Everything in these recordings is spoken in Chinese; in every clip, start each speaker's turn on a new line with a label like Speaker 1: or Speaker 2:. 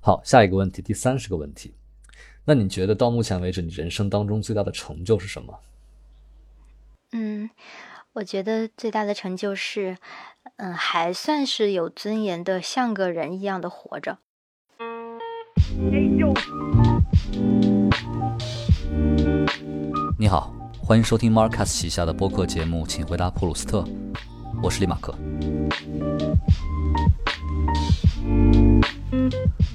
Speaker 1: 好，下一个问题，第三十个问题，那你觉得到目前为止，你人生当中最大的成就是什么？
Speaker 2: 嗯，我觉得最大的成就是，嗯，还算是有尊严的，像个人一样的活着。
Speaker 1: 你好，欢迎收听 Marcus 旗下的播客节目《请回答普鲁斯特》，我是李马克。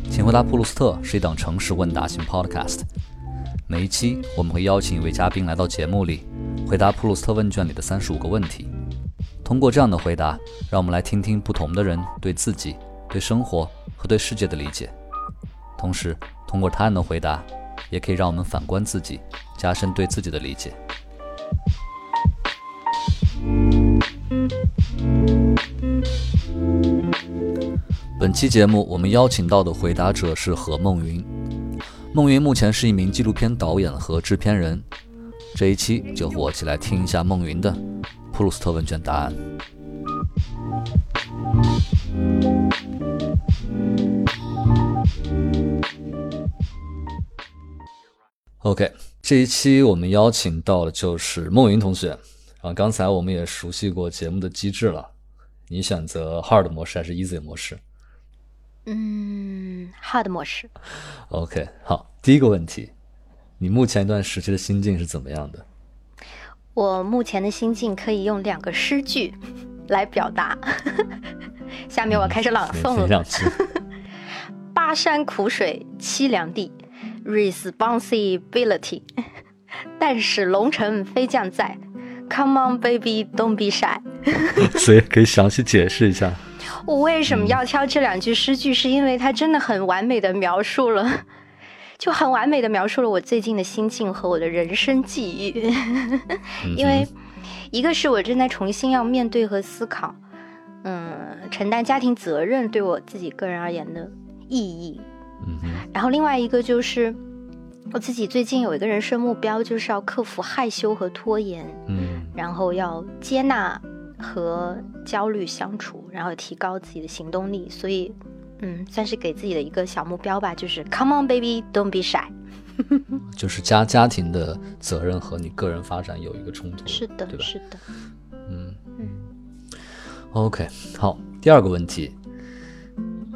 Speaker 1: 请回答普鲁斯特是一档城市问答型 podcast，每一期我们会邀请一位嘉宾来到节目里，回答普鲁斯特问卷里的三十五个问题。通过这样的回答，让我们来听听不同的人对自己、对生活和对世界的理解。同时，通过他人的回答，也可以让我们反观自己，加深对自己的理解。本期节目，我们邀请到的回答者是何梦云。梦云目前是一名纪录片导演和制片人。这一期就和我一起来听一下梦云的普鲁斯特问卷答案。OK，这一期我们邀请到的就是梦云同学。啊，刚才我们也熟悉过节目的机制了。你选择 hard 模式还是 easy 模式？
Speaker 2: 嗯，hard 模式。
Speaker 1: OK，好，第一个问题，你目前一段时期的心境是怎么样的？
Speaker 2: 我目前的心境可以用两个诗句来表达。 下面我开始朗诵了。
Speaker 1: 嗯、
Speaker 2: 巴山苦水凄凉地，responsibility。但使龙城飞将在，Come on baby，don't be shy。
Speaker 1: 所以可以详细解释一下。
Speaker 2: 我为什么要挑这两句诗句？是因为它真的很完美的描述了， 就很完美的描述了我最近的心境和我的人生际遇。 因为一个是我正在重新要面对和思考，嗯，承担家庭责任对我自己个人而言的意义。
Speaker 1: 嗯，
Speaker 2: 然后另外一个就是我自己最近有一个人生目标，就是要克服害羞和拖延，
Speaker 1: 嗯，
Speaker 2: 然后要接纳。和焦虑相处，然后提高自己的行动力，所以，嗯，算是给自己的一个小目标吧，就是 Come on, baby, don't be shy
Speaker 1: 就是家家庭的责任和你个人发展有一个冲突，
Speaker 2: 是的，
Speaker 1: 对吧？
Speaker 2: 是的，
Speaker 1: 嗯
Speaker 2: 嗯。
Speaker 1: OK，好，第二个问题，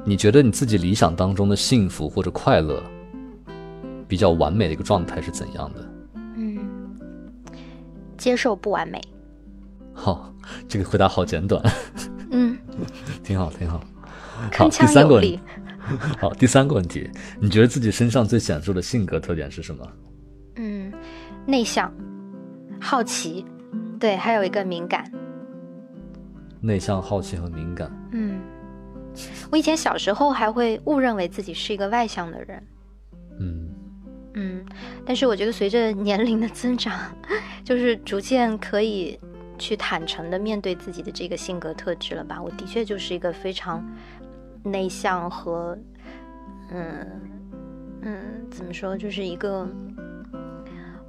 Speaker 1: 你觉得你自己理想当中的幸福或者快乐比较完美的一个状态是怎样的？
Speaker 2: 嗯，接受不完美。
Speaker 1: 好、哦，这个回答好简短。
Speaker 2: 嗯，
Speaker 1: 挺好，挺好。
Speaker 2: 好，
Speaker 1: 第三个问题。 好，第三个问题，你觉得自己身上最显著的性格特点是什么？
Speaker 2: 嗯，内向、好奇，对，还有一个敏感。
Speaker 1: 内向、好奇和敏感。
Speaker 2: 嗯，我以前小时候还会误认为自己是一个外向的人。
Speaker 1: 嗯。
Speaker 2: 嗯，但是我觉得随着年龄的增长，就是逐渐可以。去坦诚的面对自己的这个性格特质了吧？我的确就是一个非常内向和，嗯嗯，怎么说，就是一个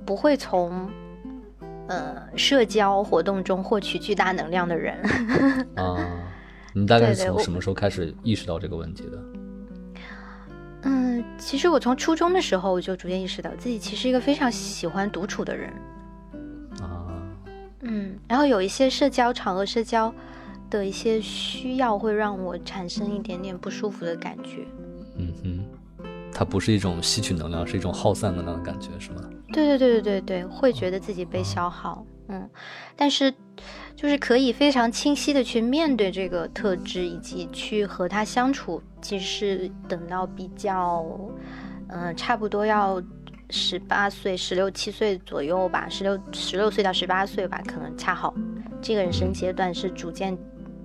Speaker 2: 不会从呃社交活动中获取巨大能量的人。
Speaker 1: 啊，你大概是从什么时候开始意识到这个问题的？
Speaker 2: 嗯，其实我从初中的时候我就逐渐意识到自己其实一个非常喜欢独处的人。
Speaker 1: 啊
Speaker 2: 嗯，然后有一些社交场合、社交的一些需要，会让我产生一点点不舒服的感觉。
Speaker 1: 嗯哼，它不是一种吸取能量，是一种耗散能量的感觉，是吗？
Speaker 2: 对对对对对对，会觉得自己被消耗。嗯，但是就是可以非常清晰的去面对这个特质，以及去和他相处。其实等到比较，嗯、呃，差不多要。十八岁、十六七岁左右吧，十六十六岁到十八岁吧，可能恰好这个人生阶段是逐渐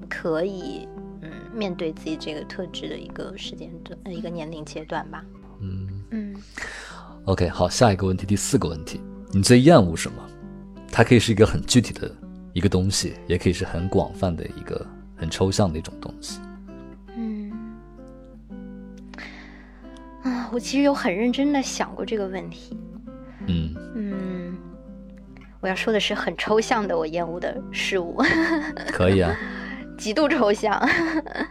Speaker 2: 可以嗯面对自己这个特质的一个时间段、呃、一个年龄阶段吧。
Speaker 1: 嗯
Speaker 2: 嗯。
Speaker 1: OK，好，下一个问题，第四个问题，你最厌恶什么？它可以是一个很具体的一个东西，也可以是很广泛的一个很抽象的一种东西。
Speaker 2: 嗯啊我其实有很认真的想过这个问题，
Speaker 1: 嗯
Speaker 2: 嗯，我要说的是很抽象的我厌恶的事物，
Speaker 1: 可以啊，
Speaker 2: 极度抽象，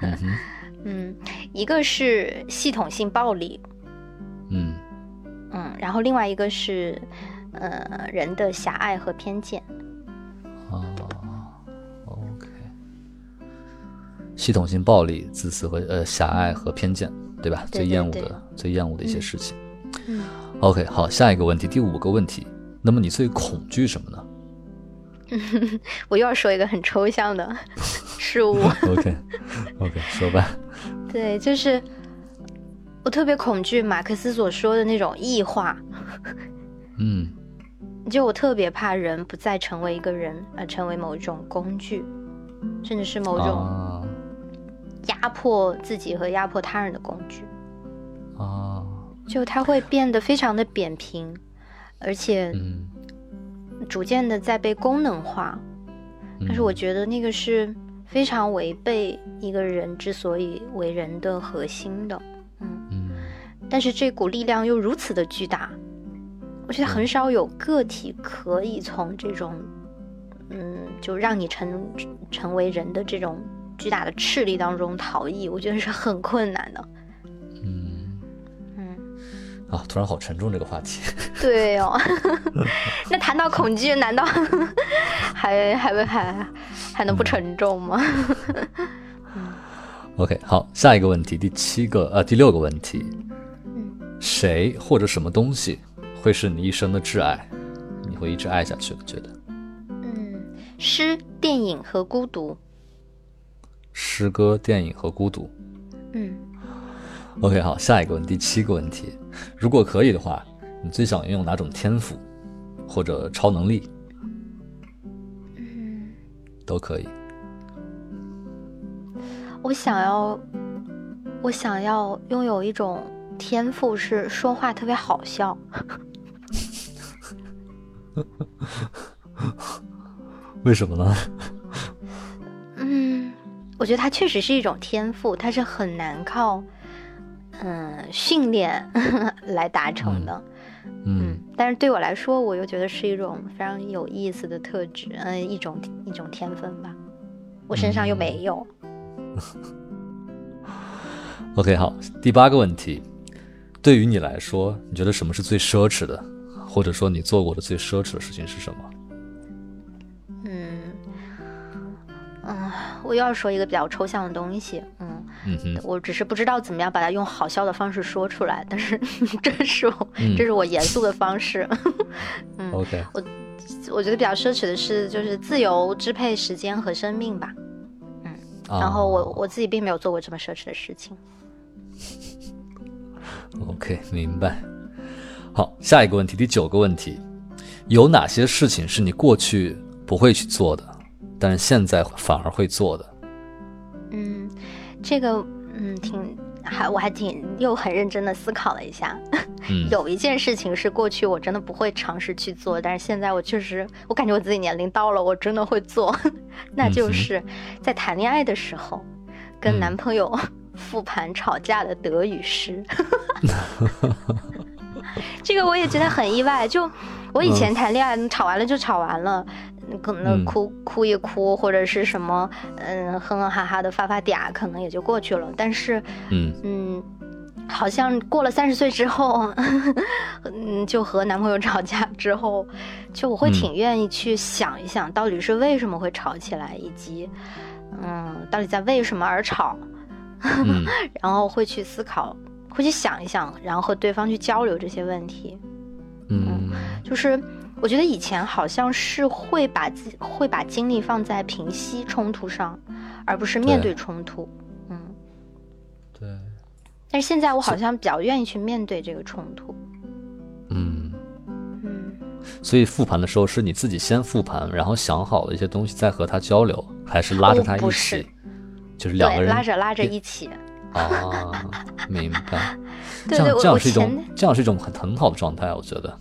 Speaker 1: 嗯
Speaker 2: 嗯，一个是系统性暴力，
Speaker 1: 嗯
Speaker 2: 嗯，然后另外一个是，呃，人的狭隘和偏见。
Speaker 1: 啊，OK，系统性暴力、自私和呃狭隘和偏见，对吧？
Speaker 2: 对
Speaker 1: 最
Speaker 2: 对
Speaker 1: 厌恶
Speaker 2: 对
Speaker 1: 的、最厌恶的一些事情。
Speaker 2: 嗯，
Speaker 1: OK，好，下一个问题，第五个问题，那么你最恐惧什么呢
Speaker 2: 我又要说一个很抽象的事物，
Speaker 1: ？OK OK，说吧。
Speaker 2: 对，就是我特别恐惧马克思所说的那种异化，
Speaker 1: 嗯
Speaker 2: 就我特别怕人不再成为一个人，而成为某种工具，甚至是某种
Speaker 1: 啊
Speaker 2: 压迫自己和压迫他人的工具。
Speaker 1: 啊
Speaker 2: 就它会变得非常的扁平，而且
Speaker 1: 嗯，
Speaker 2: 逐渐的在被功能化。但是我
Speaker 1: 嗯
Speaker 2: 觉得那个是非常违背一个人之所以为人的核心的。
Speaker 1: 嗯
Speaker 2: 但是这股力量又如此的巨大，我觉得很少有个体可以从这种，嗯，就让你成成为人的这种巨大的斥力当中逃逸，我觉得是很困难的。
Speaker 1: 嗯
Speaker 2: 嗯。
Speaker 1: 啊，突然好沉重这个话题。
Speaker 2: 对 哦，那谈到恐惧，难道 还还会还还能不沉重吗？
Speaker 1: OK，好，下一个问题，第七个呃第六个问题，
Speaker 2: 嗯，
Speaker 1: 谁或者什么东西会是你一生的挚爱？你会一直爱下去的？觉得
Speaker 2: 嗯，诗、电影和孤独。
Speaker 1: 诗歌、电影和孤独。
Speaker 2: 嗯，
Speaker 1: OK，好，下一个问题，第七个问题，如果可以的话，你最想拥有哪种天赋或者超能力？
Speaker 2: 嗯
Speaker 1: 都可以。
Speaker 2: 我想要，我想要拥有一种天赋，是说话特别好笑。
Speaker 1: 为什么呢？
Speaker 2: 嗯，我觉得它确实是一种天赋，它是很难靠嗯训练 来达成的。嗯
Speaker 1: 嗯，
Speaker 2: 但是对我来说，我又觉得是一种非常有意思的特质，嗯，一种一种天分吧。我身上又
Speaker 1: 嗯
Speaker 2: 没有，嗯
Speaker 1: ，OK，好，第八个问题，对于你来说，你觉得什么是最奢侈的？或者说你做过的最奢侈的事情是什么？
Speaker 2: 嗯嗯，我又要说一个比较抽象的东西，嗯，
Speaker 1: 嗯哼，
Speaker 2: 我只是不知道怎么样把它用好笑的方式说出来，但是这是我、
Speaker 1: 嗯
Speaker 2: 这是我严肃的方式。
Speaker 1: OK，
Speaker 2: 嗯我觉得比较奢侈的是，就是自由支配时间和生命吧。
Speaker 1: 哦啊
Speaker 2: 然后我我自己并没有做过这么奢侈的事情。
Speaker 1: 我 OK 明白。好，下一个问题，第九个问题，有哪些事情是你过去不会去做的，但是现在反而会做的？
Speaker 2: 嗯，这个嗯挺还我还挺又很认真的思考了一下，
Speaker 1: 嗯，
Speaker 2: 有一件事情是过去我真的不会尝试去做，但是现在我确实我感觉我自己年龄到了，我真的会做， 那就是在谈恋爱的时候跟
Speaker 1: 嗯
Speaker 2: 男朋友复盘吵架的德语诗。 这个我也觉得很意外，就我以前谈恋爱嗯吵完了就吵完了，可能
Speaker 1: 嗯
Speaker 2: 哭哭一哭或者是什么，嗯，哼哼哈哈的发发嗲，可能也就过去了。但是，
Speaker 1: 嗯
Speaker 2: 嗯，好像过了三十岁之后， 嗯，就和男朋友吵架之后，就我会
Speaker 1: 嗯
Speaker 2: 挺愿意去想一想，到底是为什么会吵起来，以及，嗯，到底在为什么而吵，
Speaker 1: 嗯
Speaker 2: 然后会去思考，会去想一想，然后和对方去交流这些问题。
Speaker 1: 嗯
Speaker 2: 就是我觉得以前好像是会把自己会把精力放在平息冲突上，而不是面
Speaker 1: 对
Speaker 2: 对冲突。嗯，
Speaker 1: 对，
Speaker 2: 但是现在我好像比较愿意去面对这个冲突。
Speaker 1: 嗯，
Speaker 2: 嗯，
Speaker 1: 所以复盘的时候是你自己先复盘，然后想好了一些东西再和他交流，还是拉着他
Speaker 2: 哦不
Speaker 1: 一
Speaker 2: 是
Speaker 1: 起？就是两个
Speaker 2: 对，
Speaker 1: 人
Speaker 2: 拉着拉着一起。
Speaker 1: 啊，明白。
Speaker 2: 对
Speaker 1: 这样
Speaker 2: 对，我
Speaker 1: 这样
Speaker 2: 我
Speaker 1: 是一
Speaker 2: 前
Speaker 1: 种这样是一种很很好的状态，我觉得。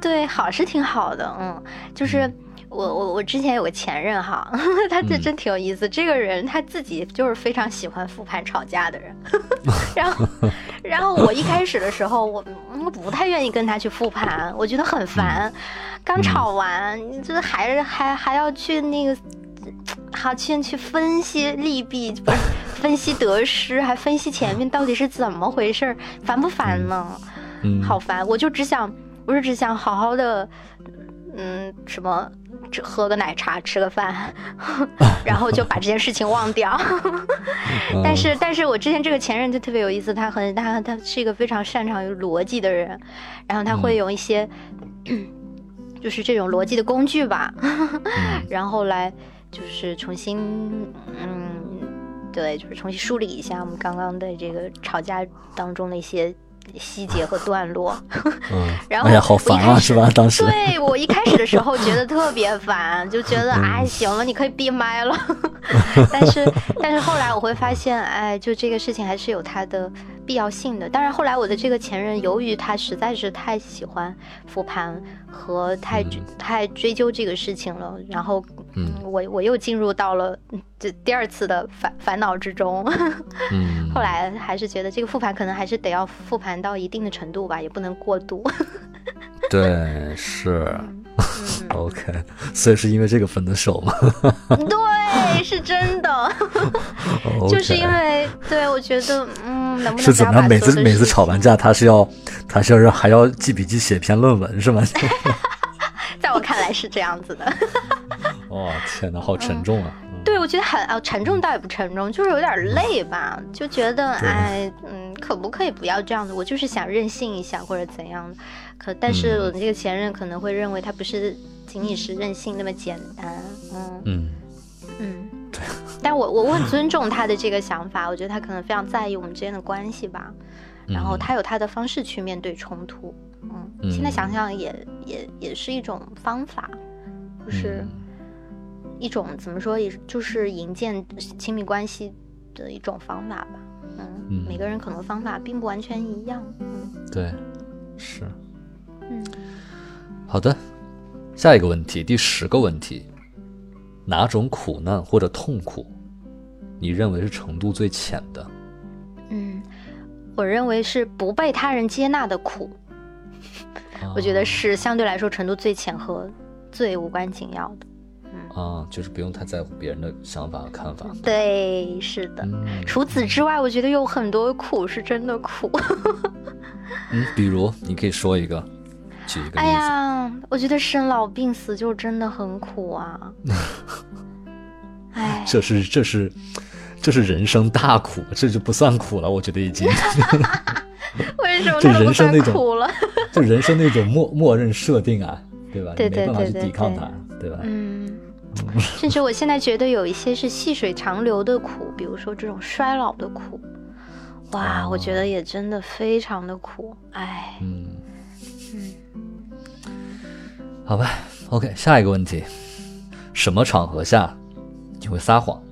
Speaker 2: 对好是挺好的，嗯，就是
Speaker 1: 嗯
Speaker 2: 我我我之前有个前任哈， 他这
Speaker 1: 嗯
Speaker 2: 真挺有意思，这个人他自己就是非常喜欢复盘吵 架的人，然后然后我一开始的时候我嗯不太愿意跟他去复盘，我觉得很
Speaker 1: 嗯
Speaker 2: 烦，刚吵完你这还还还要去那个。还要去去分析利弊，不是分析得失，还分析前面到底是怎么回事儿，烦不烦呢？
Speaker 1: 嗯，
Speaker 2: 好烦！我就只想，我就只想好好的，嗯，什么吃喝个奶茶，吃个饭， 然后就把这件事情忘掉。
Speaker 1: 嗯，
Speaker 2: 但是，但是我之前这个前任就特别有意思，他很他他是一个非常擅长于逻辑的人，然后他会
Speaker 1: 嗯
Speaker 2: 用一些、就是这种逻辑的工具吧，
Speaker 1: 嗯
Speaker 2: 然后来就是重新嗯，对，就是重新梳理一下我们刚刚的这个吵架当中的一些细节和段落。
Speaker 1: 嗯，
Speaker 2: 然后
Speaker 1: 哎呀，好烦
Speaker 2: 我一
Speaker 1: 啊，
Speaker 2: 开
Speaker 1: 是 吧？当时，
Speaker 2: 对我一开始的时候觉得特别烦，就觉得
Speaker 1: 嗯
Speaker 2: 哎行了，你可以闭 麦了。但是但是后来我会发现，哎，就这个事情还是有它的必要性的。当然后来我的这个前任，由于他实在是太喜欢复盘和太、
Speaker 1: 嗯
Speaker 2: 太追究这个事情了，然后
Speaker 1: 嗯
Speaker 2: 我我又进入到了嗯这第二次的烦烦恼之中。
Speaker 1: 嗯，
Speaker 2: 后来还是觉得这个复盘可能还是得要复盘到一定的程度吧，也不能过度。
Speaker 1: 对，是
Speaker 2: 嗯
Speaker 1: OK，所以是因为这个分的手 吗
Speaker 2: 对，是真的，
Speaker 1: ？OK，
Speaker 2: 就是因为对我觉得，嗯，能不能
Speaker 1: 是怎么
Speaker 2: 不要
Speaker 1: 样？
Speaker 2: 把
Speaker 1: 每
Speaker 2: 所有
Speaker 1: 次
Speaker 2: 的
Speaker 1: 每次
Speaker 2: 事
Speaker 1: 吵完
Speaker 2: 情，
Speaker 1: 架，他是要他是要让还要记笔记写篇论文是吗？
Speaker 2: 在我看来是这样子的。
Speaker 1: 哦，天哪，好
Speaker 2: 嗯
Speaker 1: 沉重啊！
Speaker 2: 对，我觉得很啊，沉重倒也不沉重，就是有点累吧，就觉得
Speaker 1: 对
Speaker 2: 哎，嗯，可不可以不要这样子？我就是想任性一下或者怎样的。可但是
Speaker 1: 嗯
Speaker 2: 我这个前任可能会认为他不是仅仅是任性那么简单，嗯
Speaker 1: 嗯
Speaker 2: 嗯。 但我我我很尊重他的这个想法，我觉得他可能非常在意我们之间的关系吧。
Speaker 1: 嗯，
Speaker 2: 然后他有他的方式去面对冲突。嗯，
Speaker 1: 嗯
Speaker 2: 现在想想也也也是一种方法，就是
Speaker 1: 嗯
Speaker 2: 一种、怎么说，也就是营建亲密关系的一种方法吧。嗯，
Speaker 1: 嗯
Speaker 2: 每个人可能方法并不完全一样。嗯
Speaker 1: 嗯对是
Speaker 2: 嗯，
Speaker 1: 好的。下一个问题，第十个问题，哪种苦难或者痛苦，你认为是程度最浅的？
Speaker 2: 嗯，我认为是不被他人接纳的苦，我
Speaker 1: 哦
Speaker 2: 觉得是相对来说程度最浅和最无关紧要的。
Speaker 1: 啊，就是不用太在乎别人的想法和看法。
Speaker 2: 对，是的。
Speaker 1: 嗯
Speaker 2: 除此之外，我觉得有很多苦是真的 苦。
Speaker 1: 嗯，比如你可以说一个，举一个
Speaker 2: 哎
Speaker 1: 例子。
Speaker 2: 呀，我觉得生老病死就真的很 苦啊。哎，
Speaker 1: 这是这是这是人生大苦，这就不算苦了，我觉得 已经
Speaker 2: 为什么
Speaker 1: 这
Speaker 2: 他不
Speaker 1: 人生
Speaker 2: 算
Speaker 1: 那种
Speaker 2: 苦了？
Speaker 1: 就人生那种默默认设定啊，对吧？
Speaker 2: 对
Speaker 1: 你
Speaker 2: 对
Speaker 1: 没办法
Speaker 2: 对
Speaker 1: 去
Speaker 2: 对
Speaker 1: 抵抗
Speaker 2: 对
Speaker 1: 它，对吧？
Speaker 2: 嗯，甚至我现在觉得有一些是细水长流的苦，比如说这种衰老的苦。哇，
Speaker 1: 哦
Speaker 2: 我觉得也真的非常的苦。哎，
Speaker 1: 嗯，
Speaker 2: 嗯
Speaker 1: 好吧。OK，下一个问题，什么场合下你会撒谎？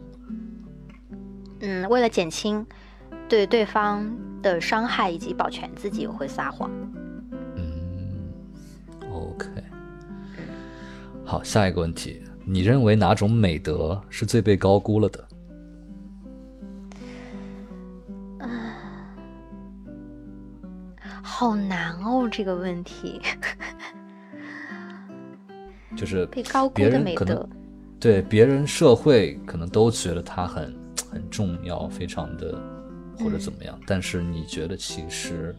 Speaker 2: 嗯，为了减轻对对方的伤害以及保全自己，我会撒谎。
Speaker 1: 嗯，OK。好，下一个问题，你认为哪种美德是最被高估了的？
Speaker 2: 好难哦，这个问题
Speaker 1: 就是
Speaker 2: 被高估
Speaker 1: 别
Speaker 2: 的
Speaker 1: 人
Speaker 2: 美
Speaker 1: 可能
Speaker 2: 德。
Speaker 1: 对别人社会可能都觉得它很很重要，非常的或
Speaker 2: 嗯
Speaker 1: 者怎么样，但是你觉得其实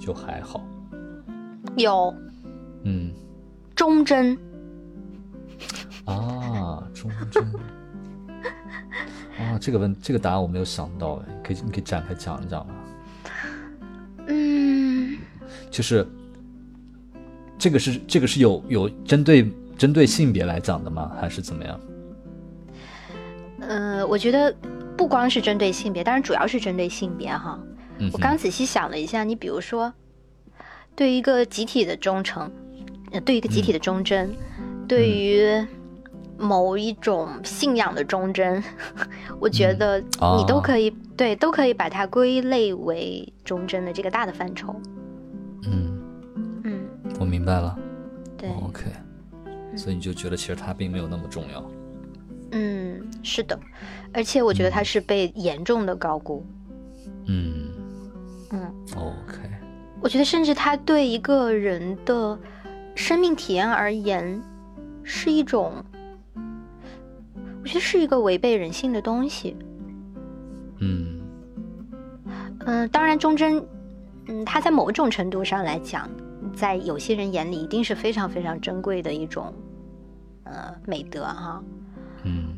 Speaker 1: 就还好，
Speaker 2: 有
Speaker 1: 嗯
Speaker 2: 忠贞，
Speaker 1: 啊，忠贞啊，这个问这个答案我没有想到哎，可以你可以展开讲一讲吗？
Speaker 2: 嗯，
Speaker 1: 就是这个是这个是有有针对针对性别来讲的吗？还是怎么样？
Speaker 2: 呃，我觉得不光是针对性别，当然主要是针对性别哈。
Speaker 1: 嗯哼，
Speaker 2: 我刚仔细想了一下，你比如说，对于一个集体的忠诚，呃，对于一个集体的忠贞，对于某一种信仰的忠贞， 我觉得
Speaker 1: 啊
Speaker 2: 你都可以、对都可以把它归类为忠贞的这个大的范畴。
Speaker 1: 嗯，
Speaker 2: 嗯，
Speaker 1: 我明白了
Speaker 2: 对，
Speaker 1: ，OK，所以你就觉得其实它并没有那么重要。
Speaker 2: 嗯，是的，而且我觉得它是被严重的高估。
Speaker 1: 嗯
Speaker 2: 嗯。
Speaker 1: ，OK，
Speaker 2: 我觉得，甚至它对一个人的生命体验而言，是一种，我觉得是一个违背人性的东西。
Speaker 1: 嗯
Speaker 2: 嗯、当然忠贞，嗯，它在某种程度上来讲，在有些人眼里一定是非常非常珍贵的一种呃美德哈、
Speaker 1: 嗯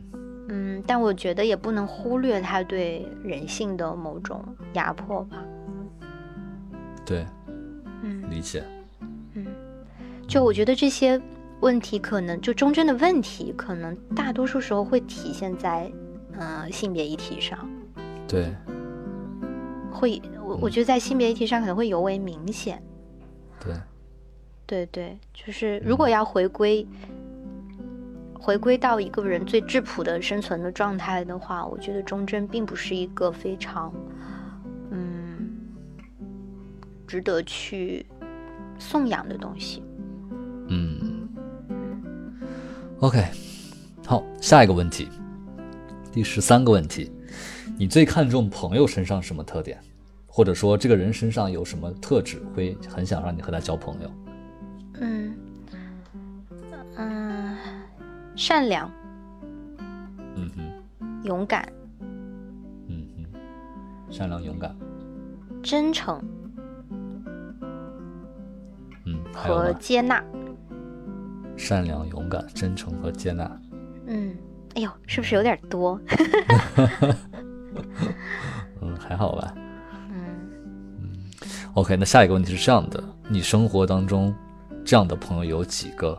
Speaker 2: 嗯，但我觉得也不能忽略它对人性的某种压迫吧。
Speaker 1: 对，
Speaker 2: 嗯
Speaker 1: 理解。
Speaker 2: 嗯，就我觉得这些问题可能就忠贞的问题，可能大多数时候会体现在呃性别议题上，
Speaker 1: 对，
Speaker 2: 会我我觉得在性别议题上可能会尤为明显。
Speaker 1: 对，
Speaker 2: 对对，就是如果要回归、回归到一个人最质朴的生存的状态的话，我觉得忠贞并不是一个非常嗯值得去颂扬的东西。
Speaker 1: 嗯。OK，好，下一个问题，第十三个问题，你最看重朋友身上什么特点？或者说这个人身上有什么特质，会很想让你和他交朋友？
Speaker 2: 嗯嗯，善良、
Speaker 1: 嗯哼，
Speaker 2: 勇敢、
Speaker 1: 嗯哼，善良勇敢，
Speaker 2: 真诚
Speaker 1: 嗯，还有
Speaker 2: 和
Speaker 1: 呢，
Speaker 2: 接纳。
Speaker 1: 善良勇敢、真诚和接纳，
Speaker 2: 嗯，哎呦，是不是有点多？
Speaker 1: 嗯，还好吧。
Speaker 2: 嗯
Speaker 1: OK，那下一个问题是这样的：你生活当中这样的朋友有几个？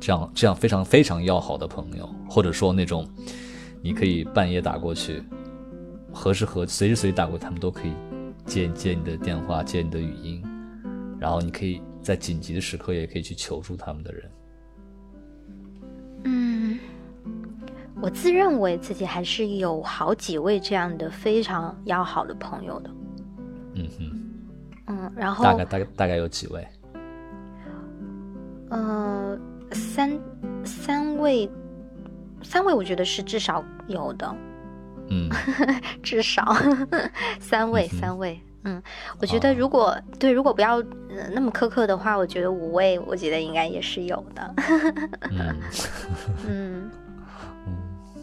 Speaker 1: 这样这样非常非常要好的朋友，或者说那种你可以半夜打过去，何时何随时随地打过去，他们都可以接接你的电话，接你的语音，然后你可以在紧急的时刻也可以去求助他们的人。
Speaker 2: 嗯，我自认为自己还是有好几位这样的非常要好的朋友的。
Speaker 1: 嗯哼，
Speaker 2: 嗯，然
Speaker 1: 大
Speaker 2: 后
Speaker 1: 概大概大概有几位？
Speaker 2: 呃，三三位，三位我觉得是至少有的。
Speaker 1: 嗯
Speaker 2: 至少 三位，
Speaker 1: 嗯哼哦
Speaker 2: 三位。嗯，我觉得如果、对，如果不要、呃、那么苛刻的话，我觉得五位，我觉得应该也是有 的。
Speaker 1: 嗯，
Speaker 2: 嗯，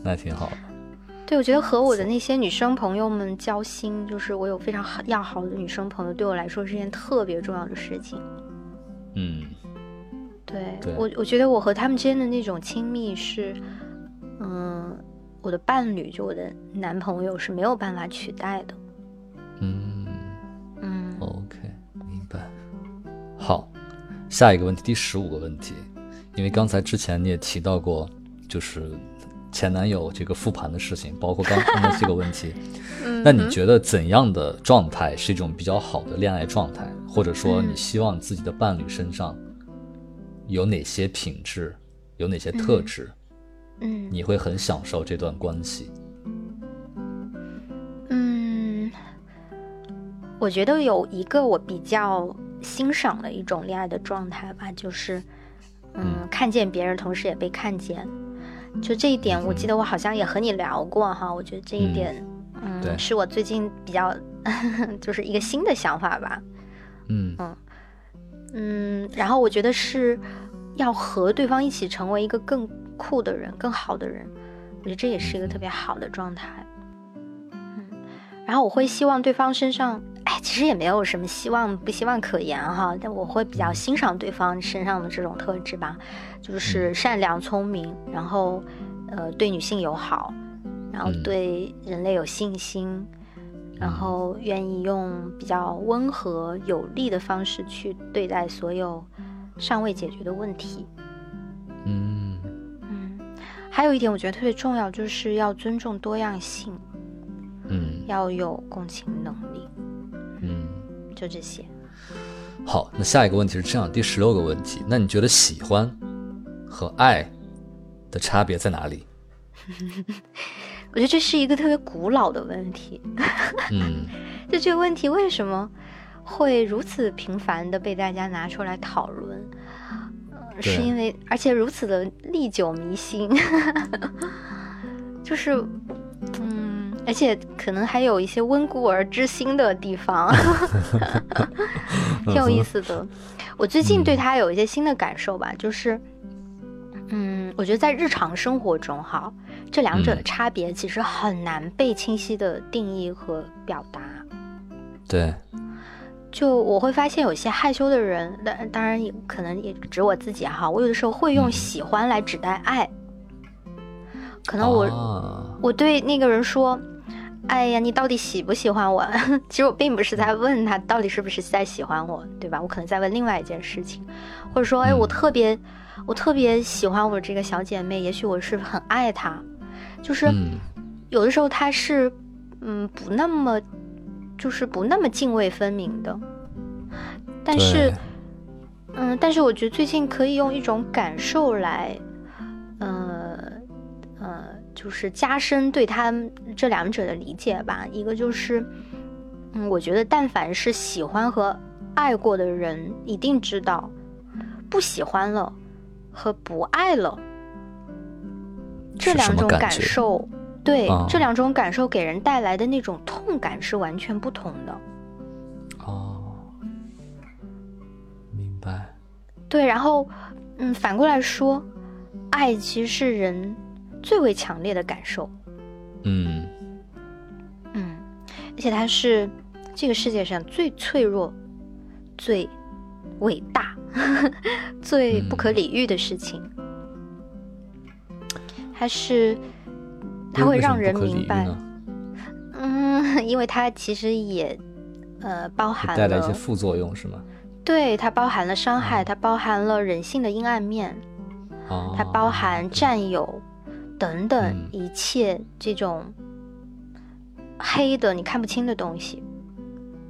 Speaker 1: 那挺好的。
Speaker 2: 对，我觉得和我的那些女生朋友们交心，就是我有非常好要好的女生朋友，对我来说是件特别重要的事情。
Speaker 1: 嗯
Speaker 2: 对
Speaker 1: 对
Speaker 2: 我，我觉得我和她们之间的那种亲密是，嗯，我的伴侣，就我的男朋友是没有办法取代的。
Speaker 1: 嗯。
Speaker 2: 嗯
Speaker 1: OK，明白。好，下一个问题，第十五个问题，因为刚才之前你也提到过，就是前男友这个复盘的事情，包括刚刚的这个问题，那
Speaker 2: 嗯
Speaker 1: 你觉得怎样的状态是一种比较好的恋爱状态，或者说你
Speaker 2: 嗯
Speaker 1: 希望自己的伴侣身上有哪些品质，有哪些特
Speaker 2: 嗯
Speaker 1: 质，
Speaker 2: 嗯。
Speaker 1: 你会很享受这段关系？
Speaker 2: 嗯，我觉得有一个我比较欣赏的一种恋爱的状态吧，就是，嗯，
Speaker 1: 嗯
Speaker 2: 看见别人，同时也被看见。就这一点，我记得我好像也和你聊过哈，我觉得这一
Speaker 1: 嗯
Speaker 2: 点，嗯，
Speaker 1: 对
Speaker 2: 是我最近比较 就是一个新的想法吧。
Speaker 1: 嗯
Speaker 2: 嗯，然后我觉得是要和对方一起成为一个更酷的人、更好的人，我觉得这也是一个特别好的状态。嗯，然后我会希望对方身上，哎，其实也没有什么希望不希望可言哈，但我会比较欣赏对方身上的这种特质吧，就是善良、聪明，然后呃对女性友好，然后
Speaker 1: 嗯
Speaker 2: 对人类有信心，然后愿意用比较温和有力的方式去对待所有尚未解决的问题。
Speaker 1: 嗯
Speaker 2: 嗯，还有一点我觉得特别重要，就是要尊重多样性，
Speaker 1: 嗯
Speaker 2: 要有共情能力，
Speaker 1: 嗯。
Speaker 2: 就这些。
Speaker 1: 好，那下一个问题是这样，第十六个问题，那你觉得喜欢和爱的差别在哪里？
Speaker 2: 我觉得这是一个特别古老的问题，
Speaker 1: 嗯
Speaker 2: 就这个问题为什么会如此频繁的被大家拿出来讨论？呃
Speaker 1: 对
Speaker 2: 是因为而且如此的历久弥新， 就是嗯，而且可能还有一些温故而知新的地方，挺有意思的。我最近对他有一些新的感受吧，就是嗯，我觉得在日常生活中哈，这两者的差别其实很难被清晰的定义和表达。
Speaker 1: 对，
Speaker 2: 就我会发现有些害羞的人，当当然也可能也指我自己啊哈，我有的时候会用
Speaker 1: 嗯
Speaker 2: 喜欢来指代爱，可
Speaker 1: 可
Speaker 2: 能我、
Speaker 1: 啊、
Speaker 2: 我对那个人说：“哎呀，你到底喜不喜欢我？” 其实我并不是在问他到底是不是在喜欢我，对吧？我可能在问另外一件事情，或者说：“哎，我
Speaker 1: 嗯
Speaker 2: 特别，我特别喜欢我这个小姐妹，也许我是很爱她。”就是
Speaker 1: 嗯，
Speaker 2: 有的时候她是，嗯，不那么，就是不那么泾渭分明的，但是
Speaker 1: 对。
Speaker 2: 嗯，但是我觉得最近可以用一种感受来，呃呃，就是加深对他们这两者的理解吧。一个就是，嗯，我觉得但凡是喜欢和爱过的人，一定知道不喜欢了和不爱了这
Speaker 1: 是什
Speaker 2: 两
Speaker 1: 么
Speaker 2: 种
Speaker 1: 感
Speaker 2: 感
Speaker 1: 觉
Speaker 2: 受，对、
Speaker 1: 啊
Speaker 2: 这两种感受给人带来的那种痛感是完全不同的。
Speaker 1: 哦，明白。
Speaker 2: 对，然后，嗯，反过来说，爱其实是人最为强烈的感受，
Speaker 1: 嗯，
Speaker 2: 嗯，而且它是这个世界上最脆弱、最伟大、 最
Speaker 1: 嗯
Speaker 2: 不可理喻的事情，它是它会
Speaker 1: 为什
Speaker 2: 让
Speaker 1: 么
Speaker 2: 人
Speaker 1: 不可理
Speaker 2: 明
Speaker 1: 喻
Speaker 2: 白，
Speaker 1: 呢
Speaker 2: 嗯， 因为它其实也呃包含
Speaker 1: 带来一些
Speaker 2: 了
Speaker 1: 副作用是吗？
Speaker 2: 对它包含了伤害，它包含了人性的阴暗面，
Speaker 1: 哦，
Speaker 2: 它包含占有等等
Speaker 1: 嗯
Speaker 2: 一切这种黑的、你看不清的东西。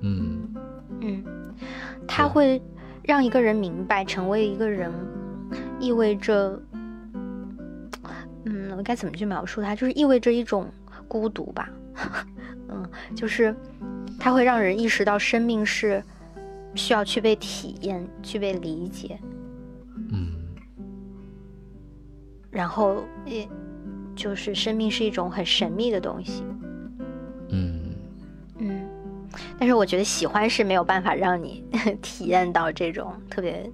Speaker 1: 嗯，
Speaker 2: 嗯，它
Speaker 1: 对
Speaker 2: 会让一个人明白，成为一个人意味着，嗯，我该怎么去描述它？就是意味着一种孤独吧。 嗯，就是它会让人意识到生命是需要去被体验、去被理解。
Speaker 1: 嗯，
Speaker 2: 然后也就是生命是一种很神秘的东西，
Speaker 1: 嗯，
Speaker 2: 嗯，但是我觉得喜欢是没有办法让你 体验到这种特别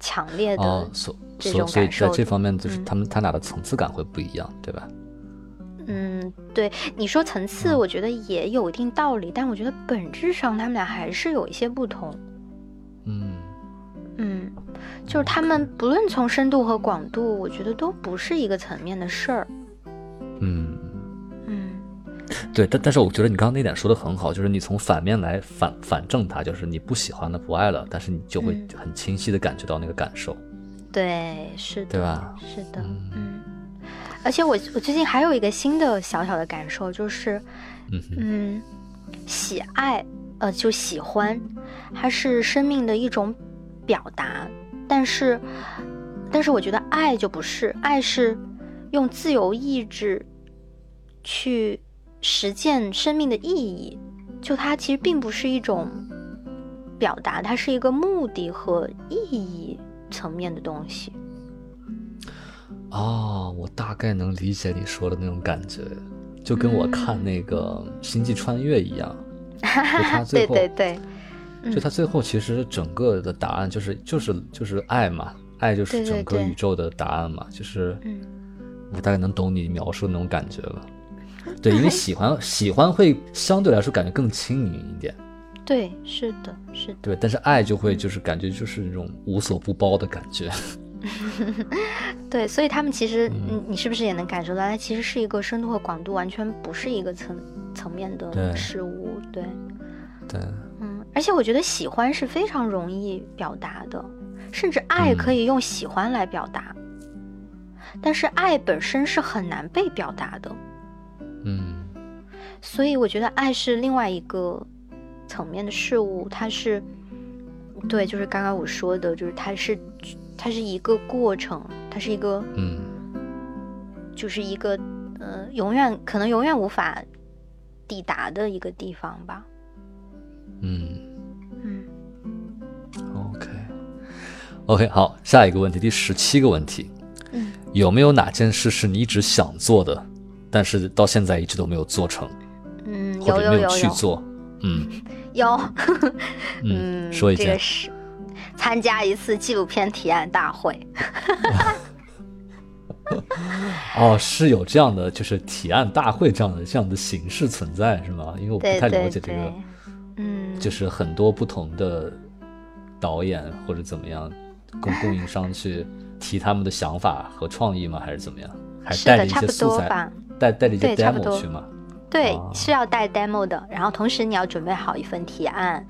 Speaker 2: 强烈的，
Speaker 1: 哦，所
Speaker 2: 这
Speaker 1: 所
Speaker 2: 种
Speaker 1: 所以
Speaker 2: 感
Speaker 1: 在
Speaker 2: 受
Speaker 1: 这
Speaker 2: 的
Speaker 1: 方面，就是
Speaker 2: 嗯
Speaker 1: 他们他俩的层次感会不一样，对吧？
Speaker 2: 嗯，对，你说层次，我觉得也有一定道理，但我觉得本质上他们俩还是有一些不同，
Speaker 1: 嗯，
Speaker 2: 嗯，就是他们不论从深度和广度，我觉得都不是一个层面的事儿，
Speaker 1: 嗯，
Speaker 2: 嗯，
Speaker 1: 对，但但是我觉得你刚刚那点说的很好，就是你从反面来反反证它，就是你不喜欢了、不爱了，但是你就会
Speaker 2: 嗯
Speaker 1: 很清晰的感觉到那个感受，
Speaker 2: 对，是的，
Speaker 1: 对吧？
Speaker 2: 是的，
Speaker 1: 嗯
Speaker 2: 嗯，而且我我最近还有一个新的小小的感受，就是，
Speaker 1: 嗯哼，
Speaker 2: 嗯，喜爱，呃，就喜欢，它是生命的一种表达，但是，但是我觉得爱就不是，爱是用自由意志去实践生命的意义，就它其实并不是一种表达，它是一个目的和意义层面的东西。
Speaker 1: 哦，我大概能理解你说的那种感觉，就跟
Speaker 2: 嗯
Speaker 1: 我看那个《星际穿越》一 样，就他最
Speaker 2: 对
Speaker 1: 后
Speaker 2: 对对，嗯
Speaker 1: 就他最后其实整个的答案就是就是就是爱嘛，爱就
Speaker 2: 对
Speaker 1: 是
Speaker 2: 对
Speaker 1: 整个
Speaker 2: 对
Speaker 1: 宇宙的答案嘛，就是
Speaker 2: 嗯。
Speaker 1: 我大概能懂你描述的那种感觉了。对，因为喜欢喜欢会相对来说感觉更轻盈一点，
Speaker 2: 对，是的，是的，
Speaker 1: 对，但是爱就
Speaker 2: 嗯
Speaker 1: 会就是感觉就是那种无所不包的感觉。
Speaker 2: 对，所以他们其实，
Speaker 1: 嗯
Speaker 2: 你你是不是也能感受到，它其实是一个深度和广度完全不是一个层层面的
Speaker 1: 对
Speaker 2: 事物，对，
Speaker 1: 对，
Speaker 2: 嗯，而且我觉得喜欢是非常容易表达的，甚至爱
Speaker 1: 嗯
Speaker 2: 可以用喜欢来表达，但是爱本身是很难被表达的，
Speaker 1: 嗯
Speaker 2: 所以我觉得爱是另外一个层面的事物，它是，对，就是刚刚我说的，就是它是它是一个过程，它是一个。
Speaker 1: 嗯
Speaker 2: 就是一个呃，永远可能永远无法抵达的一个地方吧。
Speaker 1: 嗯
Speaker 2: 嗯
Speaker 1: ，OK OK，好，下一个问题，第十七个问题，
Speaker 2: 嗯，
Speaker 1: 有没有哪件事是你一直想做的，但是到现在一直都没有做成，
Speaker 2: 嗯，
Speaker 1: 或
Speaker 2: 有
Speaker 1: 者没
Speaker 2: 有有
Speaker 1: 去
Speaker 2: 有
Speaker 1: 做？嗯。
Speaker 2: 有，
Speaker 1: 嗯，说一
Speaker 2: 这
Speaker 1: 下
Speaker 2: 个，是参加一次纪录片体验大会，
Speaker 1: 哦，是有这样的，就是提案大会这样的这样的形式存在是吗？因为我不
Speaker 2: 对
Speaker 1: 太了
Speaker 2: 对
Speaker 1: 解这
Speaker 2: 对
Speaker 1: 个，，
Speaker 2: 嗯，
Speaker 1: 就是很多不同的导演或者怎么样， 供供应商去提他们的想法和创意吗？还是怎么样？还
Speaker 2: 是
Speaker 1: 带着
Speaker 2: 的，
Speaker 1: 一
Speaker 2: 差
Speaker 1: 些
Speaker 2: 不
Speaker 1: 素
Speaker 2: 多
Speaker 1: 材，
Speaker 2: 吧。
Speaker 1: 带带着一些
Speaker 2: 对差不
Speaker 1: demo
Speaker 2: 多
Speaker 1: 去吗？
Speaker 2: 对
Speaker 1: 啊，
Speaker 2: 是要带 demo 的，然后同时你要准备好一份提案，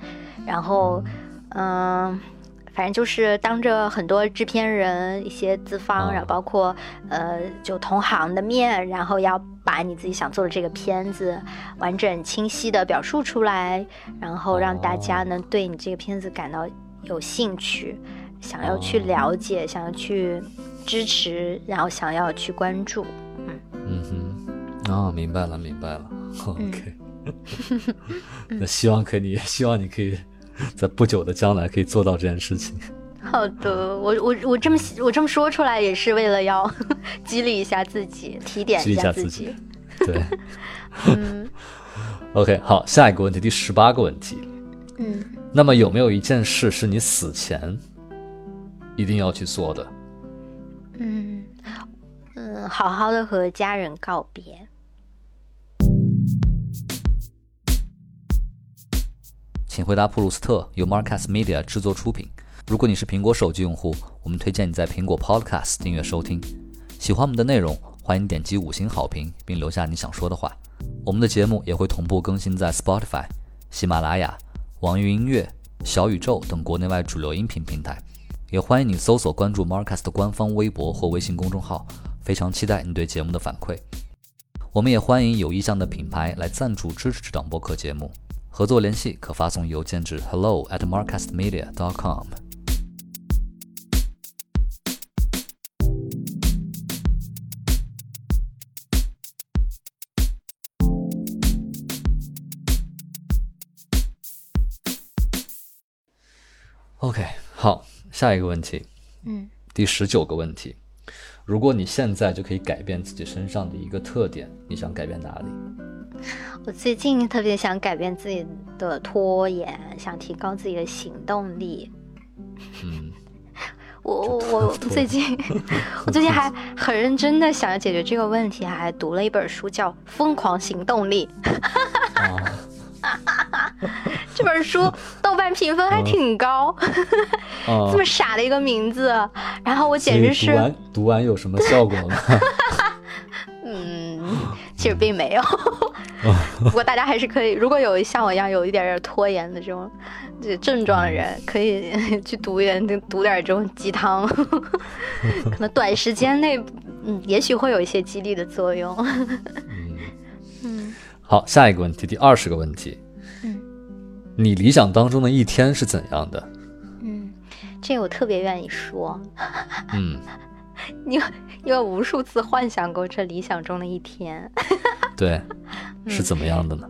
Speaker 2: 然后，嗯、反正就是当着很多制片人、一些资方，
Speaker 1: 啊
Speaker 2: 然后包括呃就同行的面，然后要把你自己想做的这个片子完整清晰的表述出来，然后让大家呢对你这个片子感到有兴趣，想要去
Speaker 1: 哦
Speaker 2: 了解，想要去支持，然后想要去关注。
Speaker 1: 嗯哼，哦，明白了，明白了。OK，、那希望可以你，希望你可以在不久的将来可以做到这件事情。
Speaker 2: 好的，我我我这么我这么说出来也是为了要 激励一下自己，提点
Speaker 1: 激励一下
Speaker 2: 自
Speaker 1: 自己
Speaker 2: 己。
Speaker 1: 对
Speaker 2: 嗯
Speaker 1: ，OK，好，下一个问题，第十八个问题。
Speaker 2: 嗯，
Speaker 1: 那么有没有一件事是你死前一定要去做的？
Speaker 2: 嗯嗯，好好的和家人告别。
Speaker 1: 请回答普鲁斯特由 Marcus Media 制作出品。如果你是苹果手机用户，我们推荐你在苹果 Podcast 订阅收听。喜欢我们的内容，欢迎点击五星好评，并留下你想说的话。我们的节目也会同步更新在 Spotify、喜马拉雅、网易云音乐、小宇宙等国内外主流音频平台。也欢迎你搜索关注 Marcus 的官方微博或微信公众号，非常期待你对节目的反馈。我们也欢迎有意向的品牌来赞助支持这档播客节目。合作联系可发送邮件至 hello at marcastmedia.com。OK，好，下一个问题，
Speaker 2: 嗯
Speaker 1: 第十九个问题，如果你现在就可以改变自己身上的一个特点，你想改变哪里？
Speaker 2: 我最近特别想改变自己的拖延，想提高自己的行动力。
Speaker 1: 嗯，
Speaker 2: 我我我最近， 我最近还很认真的想要解决这个问题，还读了一本书叫《疯狂行动力》。
Speaker 1: 啊。
Speaker 2: 这本书豆瓣评分
Speaker 1: 嗯
Speaker 2: 还挺高，
Speaker 1: 啊
Speaker 2: 这么傻的一个名字，然后我简直
Speaker 1: 所以读
Speaker 2: 是，
Speaker 1: 完读完有什么效果吗？
Speaker 2: 嗯，其实并没有。不过大家还是可以，如果有像我一样有一点点拖延的这种这症状的人，可以去读一点读点这种鸡汤， 可能短时间内，嗯，也许会有一些激励的作用。嗯
Speaker 1: 好，下一个问题，第二十个问题，
Speaker 2: 嗯
Speaker 1: 你理想当中的一天是怎样的？
Speaker 2: 嗯，这个我特别愿意说，
Speaker 1: 嗯，
Speaker 2: 因为因为我无数次幻想过这理想中的一天。
Speaker 1: 对，
Speaker 2: 嗯
Speaker 1: 是怎么样的呢？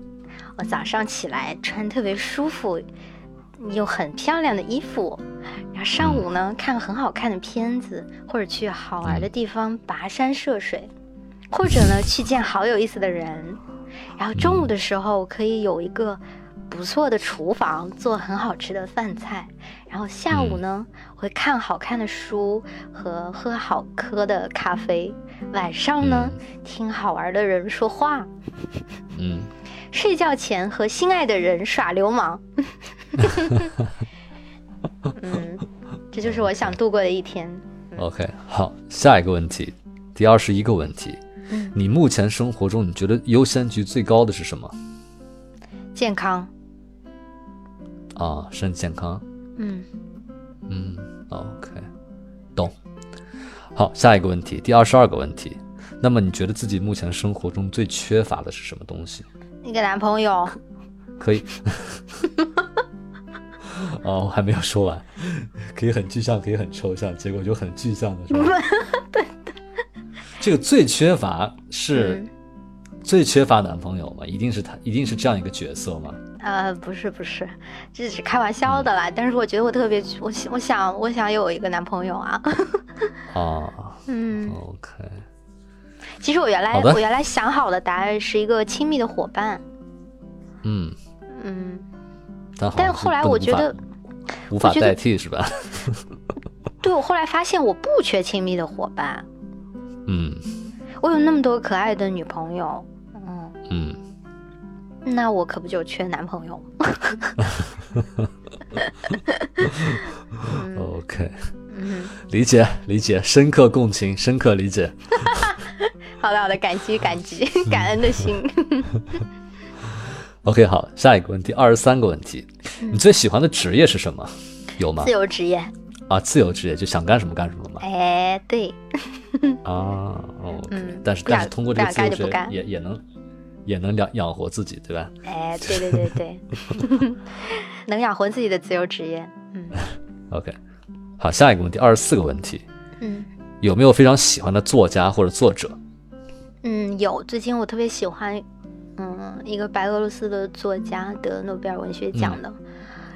Speaker 2: 我早上起来穿特别舒服又很漂亮的衣服，然后上午呢看很好看的片子，或者去好玩的地方跋山涉水，或者呢去见好有意思的人。然后中午的时候可以有一个不错的厨房做很好吃的饭菜，然后下午呢会看好看的书和喝好喝的咖啡，晚上呢听好玩的人说话。
Speaker 1: 嗯，
Speaker 2: 睡觉前和心爱的人耍流氓。嗯，这就是我想度过的一天。
Speaker 1: OK，好，下一个问题，第二十一个问题，
Speaker 2: 嗯
Speaker 1: 你目前生活中你觉得优先级最高的是什么？
Speaker 2: 健康，
Speaker 1: 啊，身体健康。
Speaker 2: 嗯
Speaker 1: 嗯，OK，懂。好，下一个问题，第二十二个问题，那么你觉得自己目前生活中最缺乏的是什么东西？
Speaker 2: 一个男朋 友，
Speaker 1: 可以。 哦，我还没有说完，可以很具象，可以很抽象，结果就很具象的说。对对。这个最缺乏是
Speaker 2: 嗯，
Speaker 1: 最缺乏男朋友嘛？一定是他，一定是这样一个角色嘛？
Speaker 2: 呃，不是不是，这只是开玩笑的啦。但是我觉得我特别，我想我想我想有一个男朋友 啊。
Speaker 1: 啊
Speaker 2: 嗯，
Speaker 1: ，OK，
Speaker 2: 其实我原来
Speaker 1: 好的
Speaker 2: 我原来想好的答案是一个亲密的伙伴。
Speaker 1: 嗯，
Speaker 2: 嗯，
Speaker 1: 但好像
Speaker 2: 但后来我觉得
Speaker 1: 是不能无法无
Speaker 2: 我
Speaker 1: 法
Speaker 2: 觉得
Speaker 1: 代替是吧？
Speaker 2: 对我后来发现我不缺亲密的伙伴，
Speaker 1: 嗯
Speaker 2: 我有那么多可爱的女朋友，嗯，
Speaker 1: 嗯，
Speaker 2: 那我可不就缺男朋友吗？
Speaker 1: OK，
Speaker 2: 嗯，
Speaker 1: 理解理解，深刻共情，深刻理解。
Speaker 2: 好的好的，感激感 激，感恩的心。
Speaker 1: OK，好，下一个问题，二十三个问题，
Speaker 2: 嗯
Speaker 1: 你最喜欢的职业是什么？有吗
Speaker 2: 自？由职业，
Speaker 1: 啊，自由职业就想干什么干什么嘛。
Speaker 2: 哎，对，
Speaker 1: 啊，OK，、
Speaker 2: 嗯
Speaker 1: 但是
Speaker 2: 不
Speaker 1: 但
Speaker 2: 想
Speaker 1: 是通过这个
Speaker 2: 不
Speaker 1: 自
Speaker 2: 想
Speaker 1: 由
Speaker 2: 干就
Speaker 1: 职
Speaker 2: 不
Speaker 1: 业
Speaker 2: 干
Speaker 1: 也也能也能养养活自己，对吧？
Speaker 2: 哎，对对对对， 能养活自己的自由职业，嗯
Speaker 1: OK，好，下一个问题，二十四个问题，
Speaker 2: 嗯。
Speaker 1: 有没有非常喜欢的作家或者作者？
Speaker 2: 嗯，有。最近我特别喜欢，嗯，一个白俄罗斯的作家得诺贝尔文学奖的，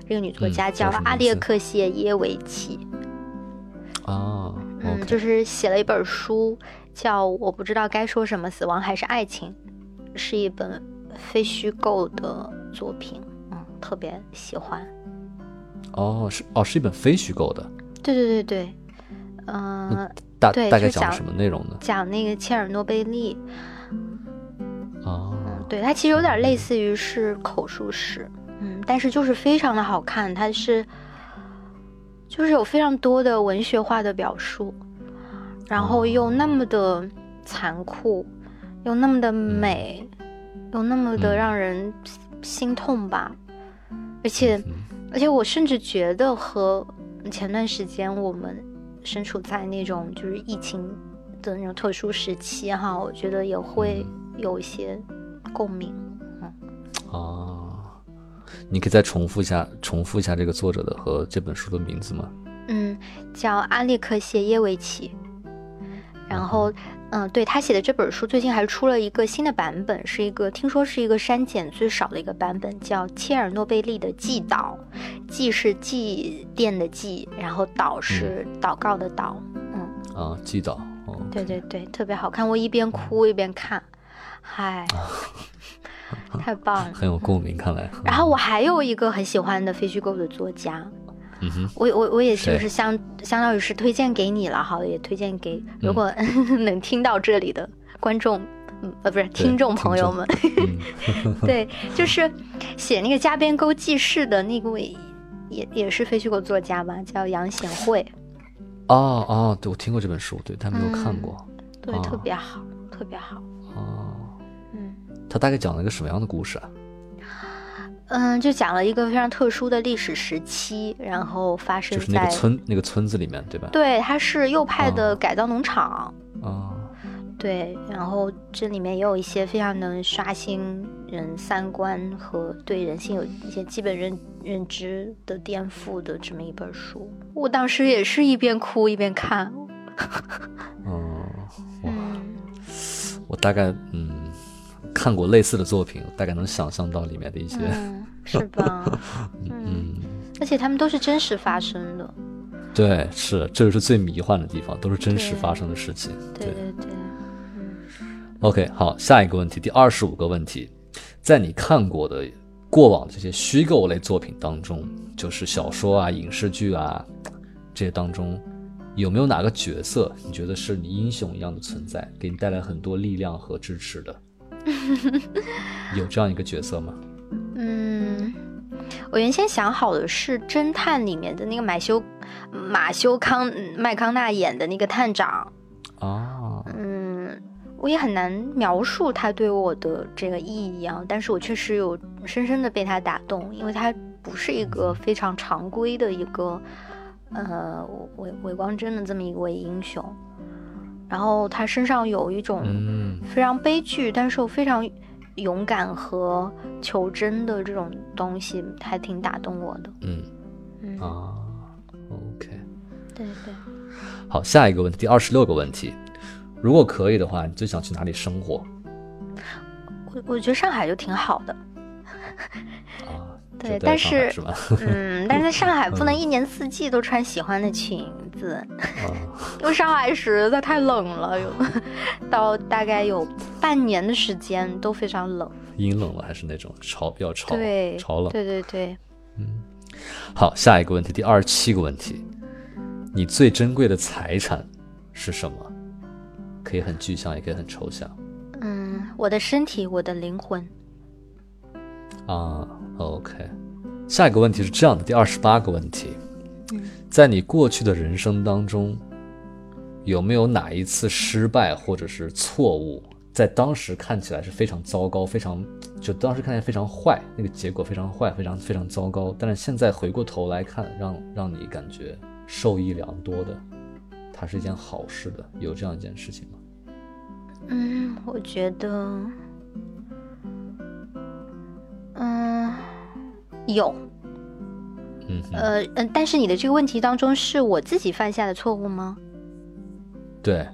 Speaker 2: 这个女作
Speaker 1: 嗯
Speaker 2: 家
Speaker 1: 叫
Speaker 2: 叫
Speaker 1: 什么
Speaker 2: 阿
Speaker 1: 名
Speaker 2: 列
Speaker 1: 字
Speaker 2: 克谢耶维奇，
Speaker 1: 啊
Speaker 2: 嗯，
Speaker 1: ，OK，
Speaker 2: 就是写了一本书，叫《我不知道该说什么：死亡还是爱情》，是一本非虚构的作品，嗯，特别喜欢。
Speaker 1: 哦，是哦，是一本非虚构的，
Speaker 2: 对对对对，嗯、
Speaker 1: 大
Speaker 2: 对
Speaker 1: 大概
Speaker 2: 就
Speaker 1: 讲了
Speaker 2: 讲
Speaker 1: 什么内容呢？
Speaker 2: 讲那个切尔诺贝利，
Speaker 1: 啊，
Speaker 2: 对，它其实有点类似于是口述史，嗯，但是就是非常的好看，它是就是有非常多的文学化的表述，然后又那么的残酷，又那么的美，又那么的
Speaker 1: 嗯
Speaker 2: 让人心痛吧，而且
Speaker 1: 嗯
Speaker 2: 而且我甚至觉得和前段时间我们身处在那种就是疫情的那种特殊时期哈，我觉得也会
Speaker 1: 嗯
Speaker 2: 有一些共鸣。嗯
Speaker 1: 啊，你可以再重复一下，重复一下这个作者的和这本书的名字吗？
Speaker 2: 嗯，叫阿列克谢耶维奇。然后，嗯，对他写的这本书，最近还出了一个新的版本，是一个听说是一个删减最少的一个版本，叫《切尔诺贝利的祭祷》，祭是祭奠的祭，然后祷是祷告的祷。嗯，
Speaker 1: 啊，季导，哦，
Speaker 2: 对对对，特别好看，我一边哭一边看，嗨，太棒了。
Speaker 1: 很有共鸣，看来。
Speaker 2: 然后我还有一个很喜欢的非虚构的作家，
Speaker 1: 嗯哼，
Speaker 2: 我我我也就
Speaker 1: 谁
Speaker 2: 是相相当于是推荐给你了哈，也推荐给
Speaker 1: 嗯
Speaker 2: 如 果、能听到这里的观众，嗯呃不是
Speaker 1: 对
Speaker 2: 听众朋友
Speaker 1: 听众
Speaker 2: 们，
Speaker 1: 嗯
Speaker 2: 对，就是写那个加边沟记事的那位也也是非虚构作家吧，叫杨显惠，
Speaker 1: 哦哦，对，我听过这本书，对，但没有看
Speaker 2: 嗯
Speaker 1: 过。
Speaker 2: 对，
Speaker 1: 啊
Speaker 2: 特别好，特别好，
Speaker 1: 哦，
Speaker 2: 嗯。
Speaker 1: 他大概讲了一个什么样的故事啊？
Speaker 2: 嗯，就讲了一个非常特殊的历史时期，然后发生
Speaker 1: 就是那
Speaker 2: 在
Speaker 1: 个村，那个村子里面，对吧？
Speaker 2: 对，它是右派的
Speaker 1: 哦
Speaker 2: 改造农场，
Speaker 1: 啊，
Speaker 2: 对，然后这里面也有一些非常能刷新人三观和对人性有一些基本认认知的颠覆的这么一本书。我当时也是一边哭一边看，
Speaker 1: 嗯，哇，
Speaker 2: 嗯，
Speaker 1: 我大概嗯看过类似的作品，大概能想象到里面的一些，
Speaker 2: 嗯是吧？ 嗯，
Speaker 1: 嗯，
Speaker 2: 而且他们都是真实发生的，
Speaker 1: 对，是，这就是最迷幻的地方，都是真实
Speaker 2: 对
Speaker 1: 发生的事情。
Speaker 2: 对对对，
Speaker 1: OK，好，下一个问题，第二十五个问题，在你看过的过往这些虚构类作品当中，就是小说啊、影视剧啊这些当中，有没有哪个角色你觉得是你英雄一样的存在，给你带来很多力量和支持的？ 有这样一个角色吗？
Speaker 2: 嗯，我原先想好的是侦探里面的那个马修马修康嗯麦康纳演的那个探长，
Speaker 1: 啊，
Speaker 2: 嗯，我也很难描述他对我的这个意义啊，但是我确实有深深的被他打动，因为他不是一个非常常规的一个呃伪伪光正的这么一位英雄，然后他身上有一种
Speaker 1: 嗯
Speaker 2: 非常悲剧，但是又非常勇敢和求真的这种东西，还挺打动我的。
Speaker 1: 嗯
Speaker 2: 嗯，
Speaker 1: 啊，OK，
Speaker 2: 对对，
Speaker 1: 好，下一个问题，第二十六个问题，如果可以的话，你最想去哪里生活
Speaker 2: 我我觉得上海就挺好的，
Speaker 1: 啊？
Speaker 2: 对
Speaker 1: 就在
Speaker 2: 但
Speaker 1: 上海
Speaker 2: 是
Speaker 1: 是吧？
Speaker 2: 嗯，但是在上海不能一年四季都穿喜欢的裙子，
Speaker 1: 啊。
Speaker 2: 因为上海实在太冷了，有到大概有半年的时间都非常冷。
Speaker 1: 阴冷了，还是那种潮比较潮
Speaker 2: 对，
Speaker 1: 潮冷。
Speaker 2: 对对对，
Speaker 1: 好，下一个问题，第二十七个问题，你最珍贵的财产是什么？可以很具象，也可以很抽象。
Speaker 2: 嗯，我的身体，我的灵魂。
Speaker 1: 啊，OK。下一个问题是这样的，第二十八个问题，
Speaker 2: 嗯
Speaker 1: 在你过去的人生当中，有没有哪一次失败或者是错误，在当时看起来是非常糟糕，非常就当时看起来非常坏，那个结果非常坏，非常非常糟糕，但是现在回过头来看，让让你感觉受益良多的，它是一件好事的，有这样一件事情吗？
Speaker 2: 嗯，我觉得，嗯，有，
Speaker 1: 嗯哼，
Speaker 2: 呃嗯、但是你的这个问题当中，是我自己犯下的错误吗？
Speaker 1: 对，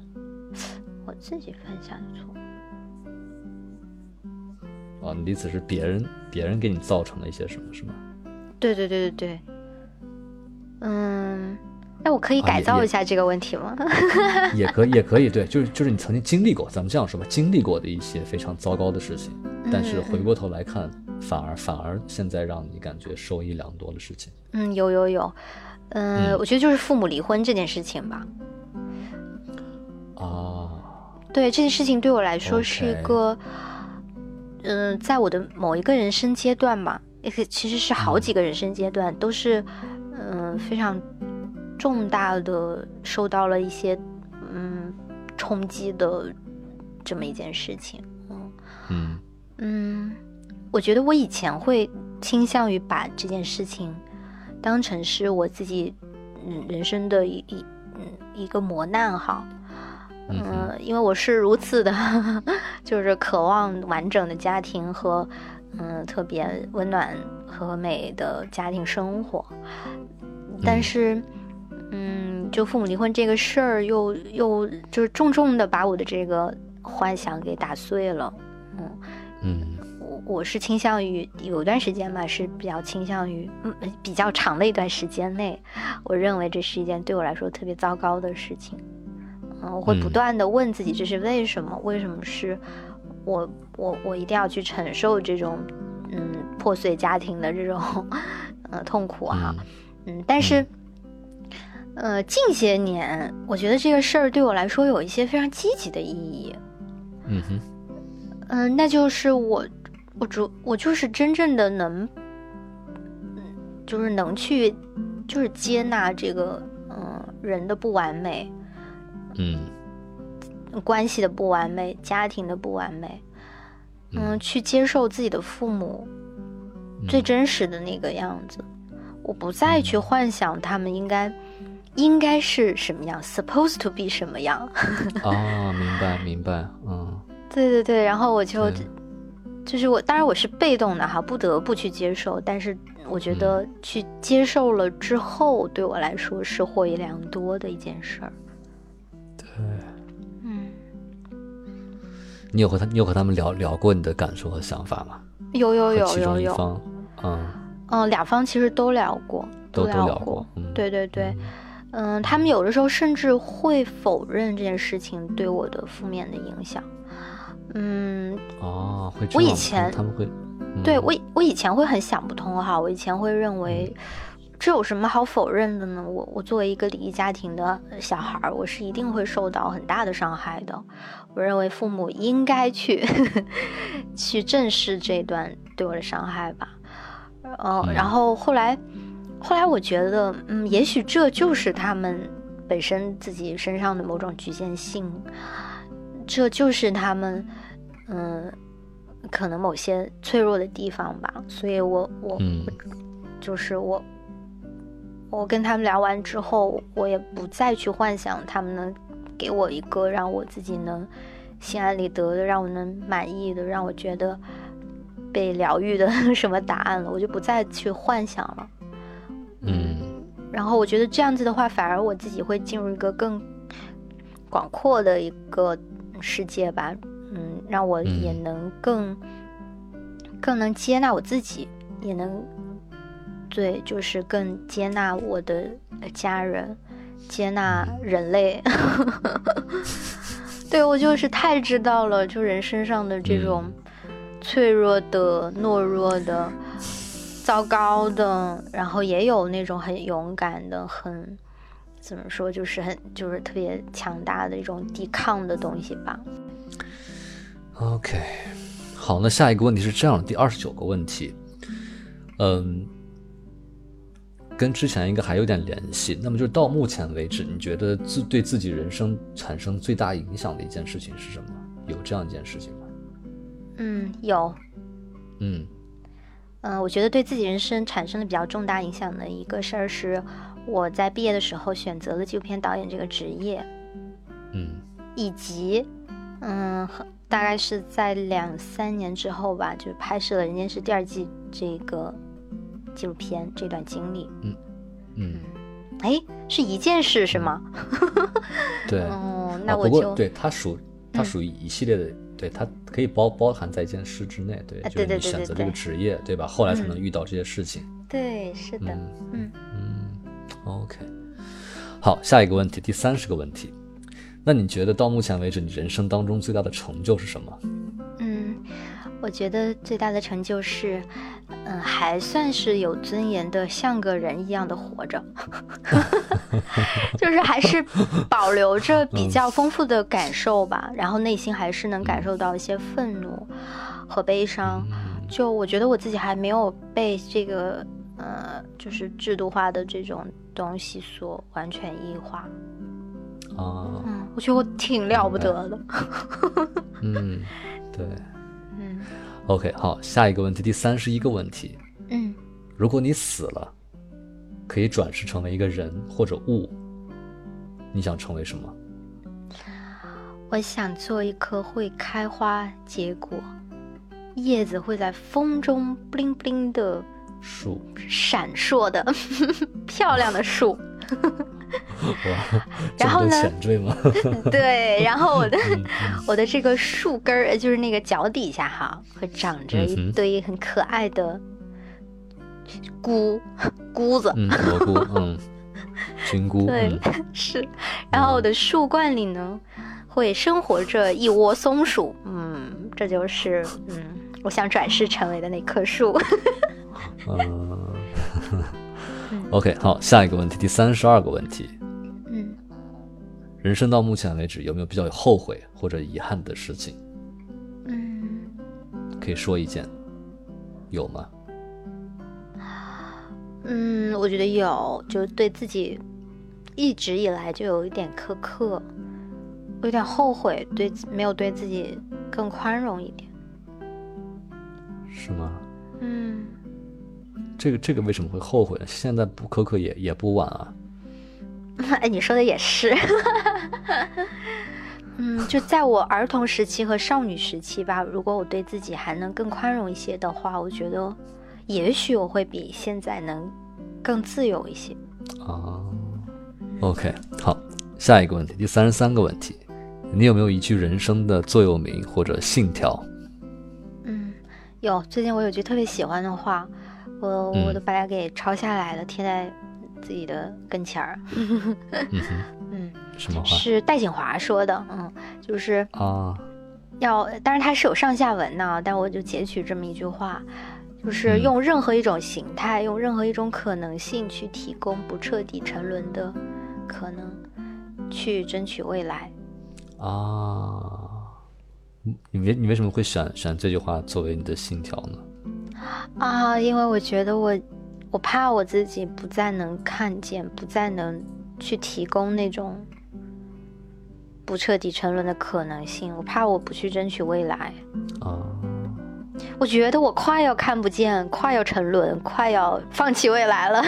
Speaker 2: 我自己犯下的错误。
Speaker 1: 啊，你的意思是别人别人给你造成了一些什么，是吗？
Speaker 2: 对对对对对，嗯，那我可以
Speaker 1: 啊
Speaker 2: 改
Speaker 1: 也
Speaker 2: 造
Speaker 1: 也
Speaker 2: 一下这个问题吗？
Speaker 1: 也可以，也可以，对，就是就是你曾经经历过，咱们这样说吧，经历过的一些非常糟糕的事情，但
Speaker 2: 嗯
Speaker 1: 是回过头来看，反而反而现在让你感觉受益良多的事情。
Speaker 2: 嗯，有有有，呃，
Speaker 1: 嗯
Speaker 2: 我觉得就是父母离婚这件事情吧。
Speaker 1: 啊，
Speaker 2: 对这件事情对我来说是一
Speaker 1: OK
Speaker 2: 个，嗯、在我的某一个人生阶段吧，也可其实是
Speaker 1: 嗯
Speaker 2: 好几个人生阶段，都是嗯、呃非常重大的受到了一些嗯冲击的这么一件事情。
Speaker 1: 嗯
Speaker 2: 嗯，我觉得我以前会倾向于把这件事情当成是我自己嗯人生的一一嗯一个磨难哈，
Speaker 1: 嗯哼
Speaker 2: 嗯，因为我是如此的， 就是渴望完整的家庭和嗯特别温暖和美的家庭生活，但
Speaker 1: 嗯
Speaker 2: 是。嗯，就父母离婚这个事儿，又又就是重重的把我的这个幻想给打碎了。嗯，
Speaker 1: 嗯
Speaker 2: 我我是倾向于有一段时间吧，是比较倾向于嗯比较长的一段时间内，我认为这是一件对我来说特别糟糕的事情。嗯，我会不
Speaker 1: 嗯
Speaker 2: 断的问自己这是为什么？为什么是我我我一定要去承受这种嗯破碎家庭的这种呃痛苦啊？
Speaker 1: 嗯
Speaker 2: 嗯，但是，呃，近些年我觉得这个事儿对我来说有一些非常积极的意义。
Speaker 1: 嗯哼
Speaker 2: 嗯、那就是我，我主我就是真正的能，嗯，就是能去，就是接纳这个，嗯、人的不完美，
Speaker 1: 嗯
Speaker 2: 关系的不完美，家庭的不完美，嗯，去接受自己的父母最
Speaker 1: 嗯
Speaker 2: 真实的那个样子。我不再去幻想他们应该应该是什么样，supposed to be 什么样。
Speaker 1: 啊，明白明白，嗯
Speaker 2: 对对对，然后我就
Speaker 1: 对
Speaker 2: 就是我，当然我是被动的哈，不得不去接受，但是我觉
Speaker 1: 嗯
Speaker 2: 得去接受了之后，对我来说是获益良多的一件事儿。
Speaker 1: 对，
Speaker 2: 嗯，
Speaker 1: 你有和他你有和他们聊聊过你的感受和想法吗？
Speaker 2: 有有
Speaker 1: 和
Speaker 2: 有
Speaker 1: 其
Speaker 2: 有
Speaker 1: 中一
Speaker 2: 有，
Speaker 1: 方，嗯，
Speaker 2: 嗯，两方其实都聊过，
Speaker 1: 都都
Speaker 2: 聊
Speaker 1: 聊过，嗯，
Speaker 2: 对对对，嗯，他们有的时候甚至会否认这件事情对我的负面的影响。嗯，
Speaker 1: 啊，会这
Speaker 2: 我以
Speaker 1: 样吗
Speaker 2: 前
Speaker 1: 他们会，
Speaker 2: 对
Speaker 1: 嗯
Speaker 2: 我以我以前会很想不通哈，我以前会认为这有什么好否认的呢？我我作为一个离异家庭的小孩儿，我是一定会受到很大的伤害的。我认为父母应该去 去正视这段对我的伤害吧。呃，
Speaker 1: 嗯
Speaker 2: 然后后来后来我觉得，嗯，也许这就是他们本身自己身上的某种局限性，这就是他们，嗯、可能某些脆弱的地方吧。所以我我
Speaker 1: 嗯
Speaker 2: 就是我，我跟他们聊完之后，我也不再去幻想他们能给我一个让我自己能心安理得的、让我能满意的、让我觉得被疗愈的 什么答案了，我就不再去幻想了。
Speaker 1: 嗯
Speaker 2: 然后我觉得这样子的话，反而我自己会进入一个更广阔的一个世界吧，嗯，让我
Speaker 1: 嗯
Speaker 2: 也能更、更能接纳我自己，也能对，就是更接纳我的呃家人，接纳人类。 对我就是太知道了，就人身上的这种脆弱的、懦弱的、糟糕的，然后也有那种很勇敢的、很怎么说，就是很就是特别强大的一种抵抗的东西吧。
Speaker 1: OK，好，那下一个问题是这样的，第二十九个问题，嗯，跟之前应该还有点联系。那么就是到目前为止，你觉得自对自己人生产生最大影响的一件事情是什么？有这样一件事情吗？
Speaker 2: 嗯，有，
Speaker 1: 嗯
Speaker 2: 嗯、我觉得对自己人生产生了比较重大影响的一个事儿是，我在毕业的时候选择了纪录片导演这个职业，
Speaker 1: 嗯
Speaker 2: 以及，嗯，很大概是在两三年之后吧，就拍摄了《人间世》第二季这个纪录片这段经历。
Speaker 1: 嗯，
Speaker 2: 哎，是一件事是吗？
Speaker 1: 对。
Speaker 2: 哦，
Speaker 1: 啊
Speaker 2: 那我
Speaker 1: 不
Speaker 2: 就
Speaker 1: 过对它属它
Speaker 2: 嗯
Speaker 1: 属于一系列的，对它可以包包含在一件事之内，对，
Speaker 2: 啊
Speaker 1: 就是
Speaker 2: 对对
Speaker 1: 你
Speaker 2: 对
Speaker 1: 选
Speaker 2: 对
Speaker 1: 择这个
Speaker 2: 对
Speaker 1: 职业，对吧？后来才能
Speaker 2: 嗯
Speaker 1: 遇到这些事情。
Speaker 2: 对是的，
Speaker 1: 嗯
Speaker 2: 嗯
Speaker 1: 嗯，OK。好，下一个问题，第三十个问题。那你觉得到目前为止，你人生当中最大的成就是什么？
Speaker 2: 嗯，我觉得最大的成就是，嗯，还算是有尊严的，像个人一样的活着， 就是还是保留着比较丰富的感受 吧，然后内心还是能感受到一些愤怒和悲伤。
Speaker 1: 嗯
Speaker 2: 就我觉得我自己还没有被这个呃，就是制度化的这种东西所完全异化。
Speaker 1: 啊，
Speaker 2: 嗯，我觉得我挺了不得的。
Speaker 1: 嗯，对
Speaker 2: 嗯
Speaker 1: ，OK。好，下一个问题，第三十一个问题。
Speaker 2: 嗯
Speaker 1: 如果你死了，可以转世成为一个人或者物，你想成为什么？
Speaker 2: 我想做一棵会开花结果，叶子会在风中布灵布灵的
Speaker 1: 树？
Speaker 2: 闪烁的 漂亮的树。
Speaker 1: 哇， 这么
Speaker 2: 然后
Speaker 1: 多
Speaker 2: 呢
Speaker 1: 前缀吗？
Speaker 2: 对，然后我的
Speaker 1: 嗯
Speaker 2: 我的这个树根儿，呃就是那个脚底下哈，会长着
Speaker 1: 嗯
Speaker 2: 一
Speaker 1: 哼
Speaker 2: 堆很可爱的菇 菇子。
Speaker 1: 嗯，蘑菇，嗯，菌菇，
Speaker 2: 对
Speaker 1: 嗯，
Speaker 2: 是。然后我的树冠里呢，会生活着一窝松鼠。嗯，这就是嗯，我想转世成为的那棵树。
Speaker 1: 嗯
Speaker 2: 嗯
Speaker 1: OK，好，下一个问题，第三十二个问题，
Speaker 2: 嗯
Speaker 1: 人生到目前为止有没有比较后悔或者遗憾的事情？
Speaker 2: 嗯，
Speaker 1: 可以说一件，有吗？
Speaker 2: 嗯，我觉得有，就是对自己一直以来就有一点苛刻，有点后悔对自没有对自己更宽容一点。
Speaker 1: 是吗？
Speaker 2: 嗯，
Speaker 1: 这个这个为什么会后悔呢？现在不苛刻也也不晚啊。
Speaker 2: 哎，你说的也 是。嗯，就在我儿童时期和少女时期吧，如果我对自己还能更宽容一些的话，我觉得也许我会比现在能更自由一些。
Speaker 1: 啊，OK，好，下一个问题，第三十三个问题，你有没有一句人生的座右铭或者信条？
Speaker 2: 嗯，有，最近我有句特别喜欢的话，我我
Speaker 1: 嗯
Speaker 2: 都把它给抄下来了，贴在自己的跟前儿。
Speaker 1: 嗯哼，
Speaker 2: 嗯，
Speaker 1: 什么话
Speaker 2: 是戴锦华说的，嗯，就是
Speaker 1: 啊？
Speaker 2: 要，当然它是有上下文呢，但我就截取这么一句话，就是
Speaker 1: 嗯
Speaker 2: 用任何一种形态，用任何一种可能性去提供不彻底沉沦的可能，去争取未来。
Speaker 1: 啊，你你为你为什么会选选这句话作为你的信条呢？
Speaker 2: 啊，因为我觉得我，我怕我自己不再能看见，不再能去提供那种不彻底沉沦的可能性。我怕我不去争取未来，
Speaker 1: 啊，
Speaker 2: 我觉得我快要看不见，快要沉沦，快要放弃未来了。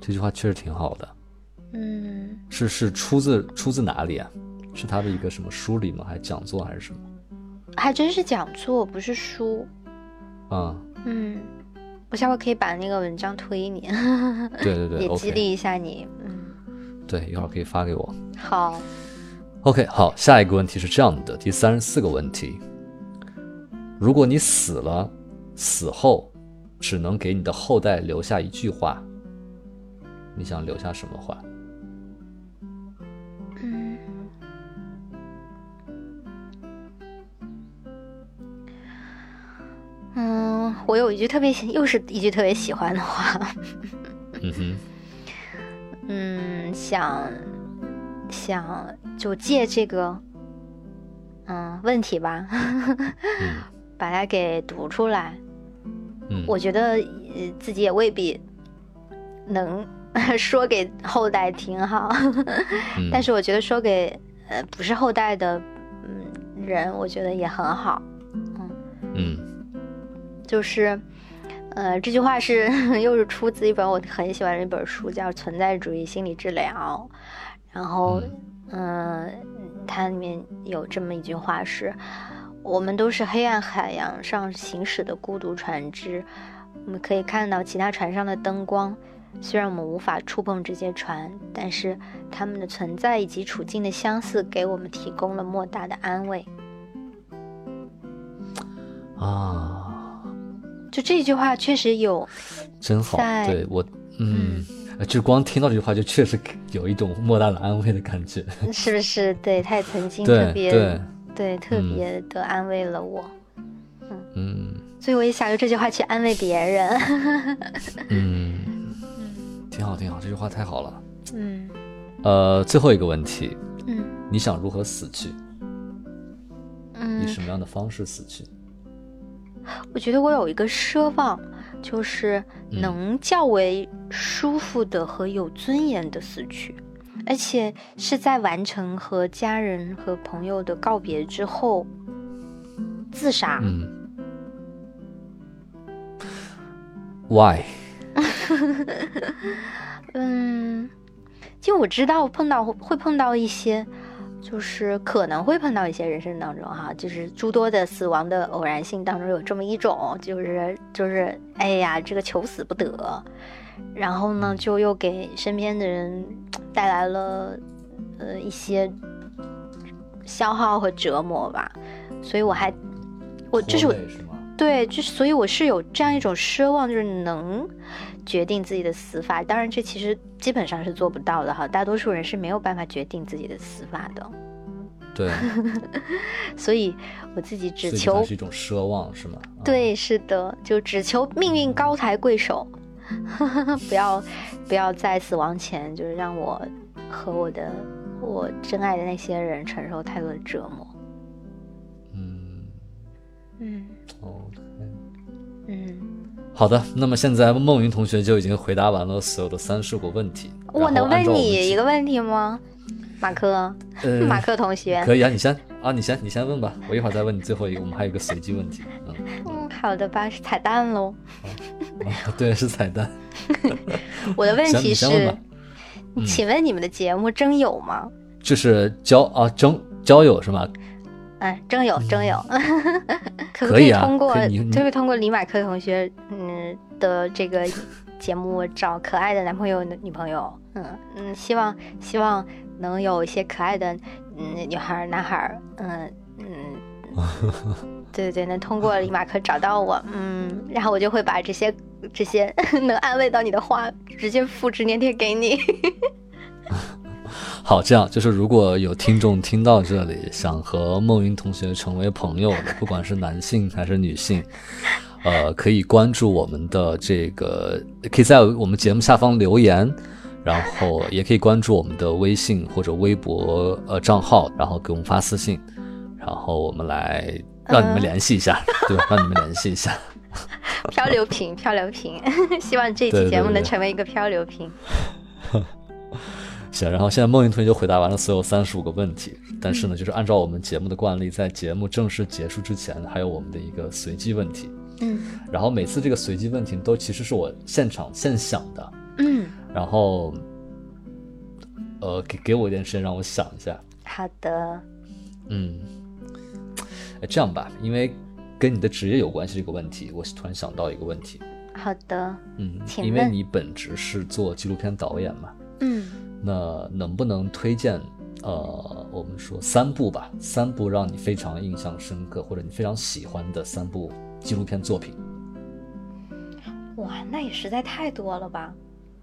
Speaker 1: 这句话确实挺好的，
Speaker 2: 嗯，
Speaker 1: 是是出自出自哪里啊？是他的一个什么书里吗？还是讲座还是什么？
Speaker 2: 还真是讲座，不是书。
Speaker 1: 啊，
Speaker 2: 嗯，我下回可以把那个文章推你，
Speaker 1: 对对对
Speaker 2: 也
Speaker 1: ，OK，
Speaker 2: 激励一下你。嗯，
Speaker 1: 对，一会儿可以发给我。
Speaker 2: 好，
Speaker 1: OK，好，下一个问题是这样的，第三十四个问题：如果你死了，死后只能给你的后代留下一句话，你想留下什么话？
Speaker 2: 嗯。嗯，我有一句特别喜，又是一句特别喜欢的话，
Speaker 1: 嗯哼，
Speaker 2: 嗯，想想就借这个嗯问题吧，
Speaker 1: 嗯
Speaker 2: 把它给读出来。
Speaker 1: 嗯，
Speaker 2: 我觉得呃自己也未必能 说给后代听哈，
Speaker 1: 嗯
Speaker 2: 但是我觉得说给呃不是后代的嗯人，我觉得也很好。
Speaker 1: 嗯
Speaker 2: 就是，呃，这句话是 又是出自一本我很喜欢的一本书，叫《存在主义心理治疗》。然后，嗯、它里面有这么一句话是：我们都是黑暗海洋上行驶的孤独船只，我们可以看到其他船上的灯光。虽然我们无法触碰这些船，但是它们的存在以及处境的相似，给我们提供了莫大的安慰。
Speaker 1: 啊，
Speaker 2: 就这句话确实有，
Speaker 1: 真好，
Speaker 2: 在
Speaker 1: 对我，嗯，就光听到这句话，就确实有一种莫大的安慰的感觉。
Speaker 2: 是不是？对，他也曾经特
Speaker 1: 对
Speaker 2: 别
Speaker 1: 对，
Speaker 2: 对，特
Speaker 1: 嗯
Speaker 2: 别的安慰了我，
Speaker 1: 嗯
Speaker 2: 所以我也想用这句话去安慰别人。
Speaker 1: 嗯，挺好挺好，这句话太好了。
Speaker 2: 嗯
Speaker 1: 呃，最后一个问题，
Speaker 2: 嗯
Speaker 1: 你想如何死去？以
Speaker 2: 嗯，
Speaker 1: 什么样的方式死去？
Speaker 2: 我觉得我有一个奢望，就是
Speaker 1: 嗯
Speaker 2: 能较为舒服的和有尊严的死去，而且是在完成和家人和朋友的告别之后自杀。
Speaker 1: 嗯，Why？
Speaker 2: 嗯，就我知道碰到会碰到一些，就是可能会碰到一些人生当中哈、就是诸多的死亡的偶然性当中有这么一种，就是就是哎呀，这个求死不得，然后呢就又给身边的人带来了呃一些消耗和折磨吧，所以我还我这是我
Speaker 1: 拖累是吗？
Speaker 2: 对，就是所以我是有这样一种奢望，就是能决定自己的死法。当然，这其实基本上是做不到的哈，大多数人是没有办法决定自己的死法的。
Speaker 1: 对，
Speaker 2: 所以我自己
Speaker 1: 所
Speaker 2: 只
Speaker 1: 以
Speaker 2: 求
Speaker 1: 它是一种奢望是吗？啊，
Speaker 2: 对，是的，就只求命运高抬贵手， 不要不要在死亡前就是让我和我的我真爱的那些人承受太多的折磨。
Speaker 1: 嗯哦
Speaker 2: 嗯
Speaker 1: ，OK。
Speaker 2: 嗯，
Speaker 1: 好的，那么现在孟云同学就已经回答完了所有的三十个问题。
Speaker 2: 我能问你一
Speaker 1: 个？
Speaker 2: 个问题吗，马克？
Speaker 1: 呃，
Speaker 2: 马克同学，
Speaker 1: 可以啊，你先啊，你先，你先问吧，我一会儿再问你最后一个，我们还有一个随机问题。 嗯，
Speaker 2: 嗯，好的吧，是彩 蛋喽。
Speaker 1: 啊对，是彩蛋。
Speaker 2: 我的问
Speaker 1: 行
Speaker 2: 题
Speaker 1: 你先问
Speaker 2: 是
Speaker 1: 吧，嗯
Speaker 2: 请问你们的节目真有吗？
Speaker 1: 就是交啊征交友是吗？
Speaker 2: 哎，真有，真有。 可
Speaker 1: 嗯
Speaker 2: 不
Speaker 1: 可以啊
Speaker 2: 通过，
Speaker 1: 可以你你
Speaker 2: 不可以通过李马克同学嗯的这个节目找可爱的男朋友、女朋友？嗯嗯，希望希望能有一些可爱的嗯女孩儿、男孩儿，嗯 嗯。对对对，能通过李马克找到我，嗯，然后我就会把这些这些 能安慰到你的话，直接复制粘贴给你。
Speaker 1: 好，这样就是如果有听众听到这里，想和孟云同学成为朋友的，不管是男性还是女性， 呃，可以关注我们的这个，可以在我们节目下方留言，然后也可以关注我们的微信或者微博呃账号，然后给我们发私信，然后我们来让你们
Speaker 2: 嗯
Speaker 1: 联系一下，对吧？让你们联系一下。
Speaker 2: 漂流瓶，漂流瓶， 希望这
Speaker 1: 对对
Speaker 2: 期节目
Speaker 1: 对
Speaker 2: 能成为一个漂流瓶。
Speaker 1: 行，然后现在孟云同学就回答完了所有三十五个问题，但是呢，就是按照我们节目的惯例，在节目正式结束之前，还有我们的一个随机问题。
Speaker 2: 嗯
Speaker 1: 然后每次这个随机问题都其实是我现场现想的，
Speaker 2: 嗯，
Speaker 1: 然后，呃，给给我一点时间让我想一下。
Speaker 2: 好的，
Speaker 1: 嗯，哎，这样吧，因为跟你的职业有关系这个问题，我突然想到一个问题，
Speaker 2: 好的，
Speaker 1: 嗯，
Speaker 2: 请
Speaker 1: 因为
Speaker 2: 问
Speaker 1: 你本职是做纪录片导演嘛，
Speaker 2: 嗯
Speaker 1: 那能不能推荐呃，我们说三部吧，三部让你非常印象深刻或者你非常喜欢的三部纪录片作品？
Speaker 2: 哇，那也实在太多了吧？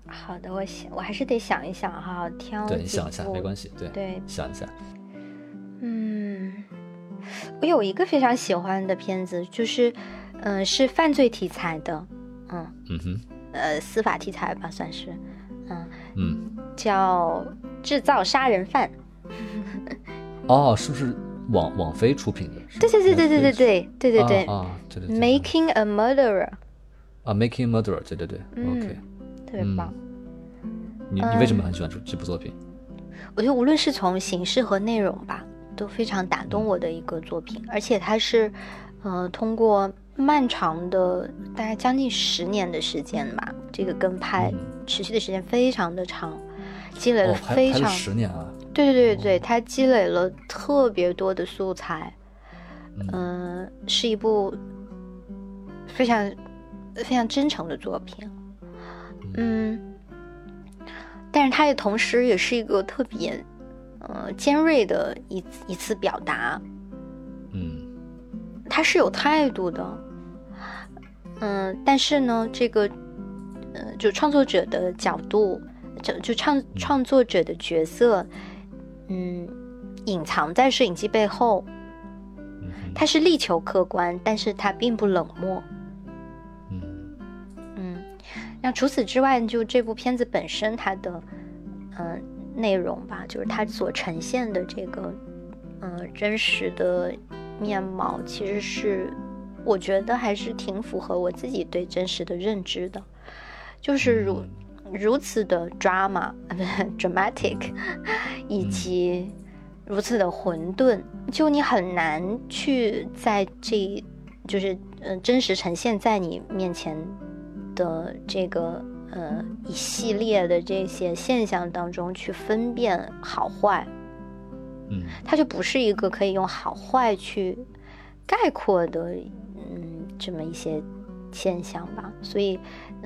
Speaker 2: 好的，我想我还是得想一想哈，挑
Speaker 1: 对，你
Speaker 2: 几
Speaker 1: 想一下，没
Speaker 2: 部
Speaker 1: 关系，对，
Speaker 2: 对，
Speaker 1: 想一下，
Speaker 2: 嗯，我有一个非常喜欢的片子，就是，嗯、是犯罪题材的，嗯，
Speaker 1: 嗯哼，
Speaker 2: 呃，司法题材吧，算是，嗯，
Speaker 1: 嗯
Speaker 2: 叫《制造杀人犯》。
Speaker 1: 哦，是不是网网飞出品的？是
Speaker 2: 对对对对对对
Speaker 1: Netflix
Speaker 2: 对对对对
Speaker 1: 嗯啊啊，对对对
Speaker 2: ，Making a Murderer，
Speaker 1: 啊，Making a Murderer，对对对
Speaker 2: 嗯
Speaker 1: ，OK，
Speaker 2: 特别
Speaker 1: 嗯
Speaker 2: 棒。嗯
Speaker 1: 你你为什么很喜欢这这部作品？
Speaker 2: 我觉得无论是从形式和内容吧，都非常打动我的一个作品，而且它是，呃，通过漫长的大概将近十年的时间吧，这个跟拍持续的时间非常的长，积累
Speaker 1: 嗯哦，
Speaker 2: 了
Speaker 1: 拍
Speaker 2: 非
Speaker 1: 拍
Speaker 2: 常
Speaker 1: 了十年啊，
Speaker 2: 对对对对，它积累了特别多的素材，嗯、是一部非常非常真诚的作品，嗯，但是它也同时也是一个特别呃尖锐的一一次表达，
Speaker 1: 嗯
Speaker 2: 它是有态度的，嗯，但是呢，这个，呃，就创作者的角度，就就创创作者的角色，嗯，隐藏在摄影机背后，
Speaker 1: 嗯
Speaker 2: 他是力求客观，但是他并不冷漠，
Speaker 1: 嗯
Speaker 2: 嗯，那除此之外，就这部片子本身它的，嗯、内容吧，就是它所呈现的这个，嗯、真实的面貌，其实是我觉得还是挺符合我自己对真实的认知的，就是如、如此的 drama 啊，不是 dramatic，以及如此的混沌，就你很难去在这，就是嗯、呃真实呈现在你面前的这个呃一系列的这些现象当中去分辨好坏，
Speaker 1: 嗯
Speaker 2: 它就不是一个可以用好坏去概括的，嗯，这么一些现象吧。所以，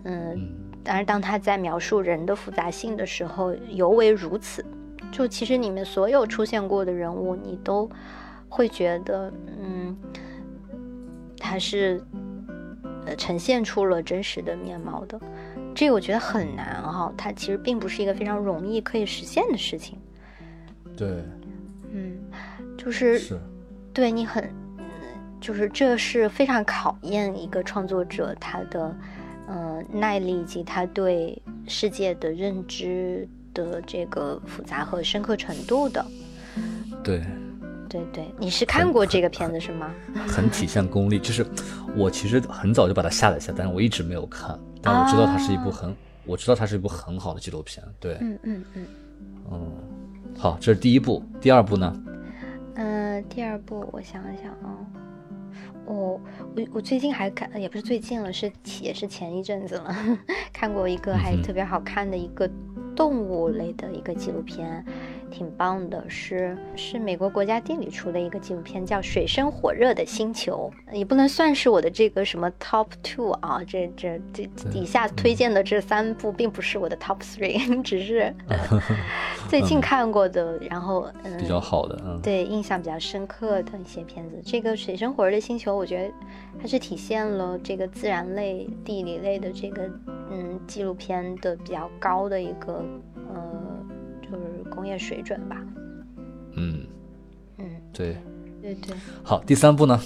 Speaker 2: 嗯，
Speaker 1: 嗯
Speaker 2: 当然，当他在描述人的复杂性的时候，尤为如此。就其实里面所有出现过的人物，你都会觉得，嗯，他是呃呈现出了真实的面貌的。这个我觉得很难哈、它其实并不是一个非常容易可以实现的事情。
Speaker 1: 对
Speaker 2: 嗯，就是
Speaker 1: 是
Speaker 2: 对你很，嗯就是这是非常考验一个创作者他的，呃，耐力以及他对世界的认知的这个复杂和深刻程度的。
Speaker 1: 对。
Speaker 2: 对对，你是看过这个片子是吗？
Speaker 1: 很体现功力。就是我其实很早就把它下载下，但是我一直没有看。但我知道它是
Speaker 2: 哦
Speaker 1: 一部很，我知道它是一部很好的纪录片。对，
Speaker 2: 嗯嗯嗯。
Speaker 1: 嗯，好，这是第一部。第二部呢？
Speaker 2: 嗯，第二部我想想啊，哦我我我最近还看，呃也不是最近了，是前也是前一阵子了， 看过一个还
Speaker 1: 嗯哼
Speaker 2: 特别好看的一个动物类的一个纪录片，挺棒的，是是美国国家地理出的一个纪录片，叫《水深火热的星球》，也不能算是我的这个什么 top two 啊，这这这
Speaker 1: 对嗯
Speaker 2: 底下推荐的这三部并不是我的 top three，只 是最近看过的，然后嗯，
Speaker 1: 比较好的，嗯，
Speaker 2: 对印象比较深刻的一些片子。这个《水深火热的星球》，我觉得它是体现了这个自然类、地理类的这个嗯纪录片的比较高的一个呃就是工业水准吧。
Speaker 1: 嗯，
Speaker 2: 嗯，
Speaker 1: 对。
Speaker 2: 对对，
Speaker 1: 好，第三部呢？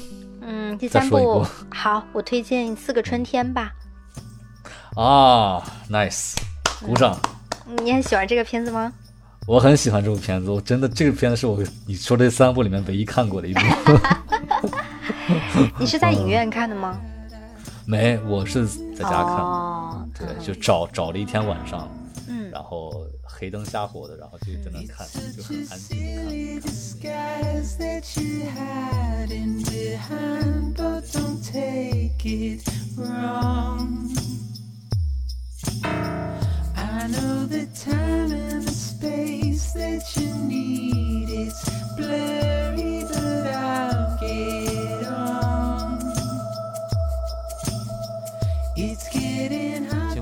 Speaker 2: 嗯，第
Speaker 1: 再
Speaker 2: 三
Speaker 1: 说一
Speaker 2: 部
Speaker 1: 部
Speaker 2: 好，我推荐《四个春天》吧。
Speaker 1: 啊，nice，鼓掌。
Speaker 2: 嗯你很喜欢这个片子吗？
Speaker 1: 我很喜欢这部片子，我真的这个片子是我你说这三部里面唯一看 过的一部。
Speaker 2: 你是在影院看的吗？
Speaker 1: 没，我是在家看的。
Speaker 2: 哦，
Speaker 1: 对，就找找了一天晚上，
Speaker 2: 嗯
Speaker 1: 然后黑灯瞎火的，然后就在那看，就很安静的看。
Speaker 3: disguise that you hide in behind, but don't take it wrong. I know the time and the space that you need. It's blurry, but I'll get on. It's getting hot.
Speaker 1: 请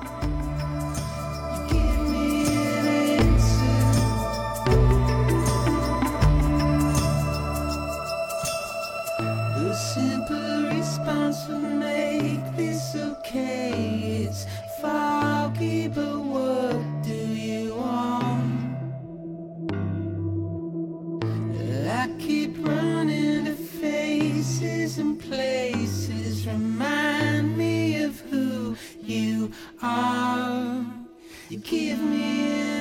Speaker 3: Give me an answer. days and places remind me of who you are. You give me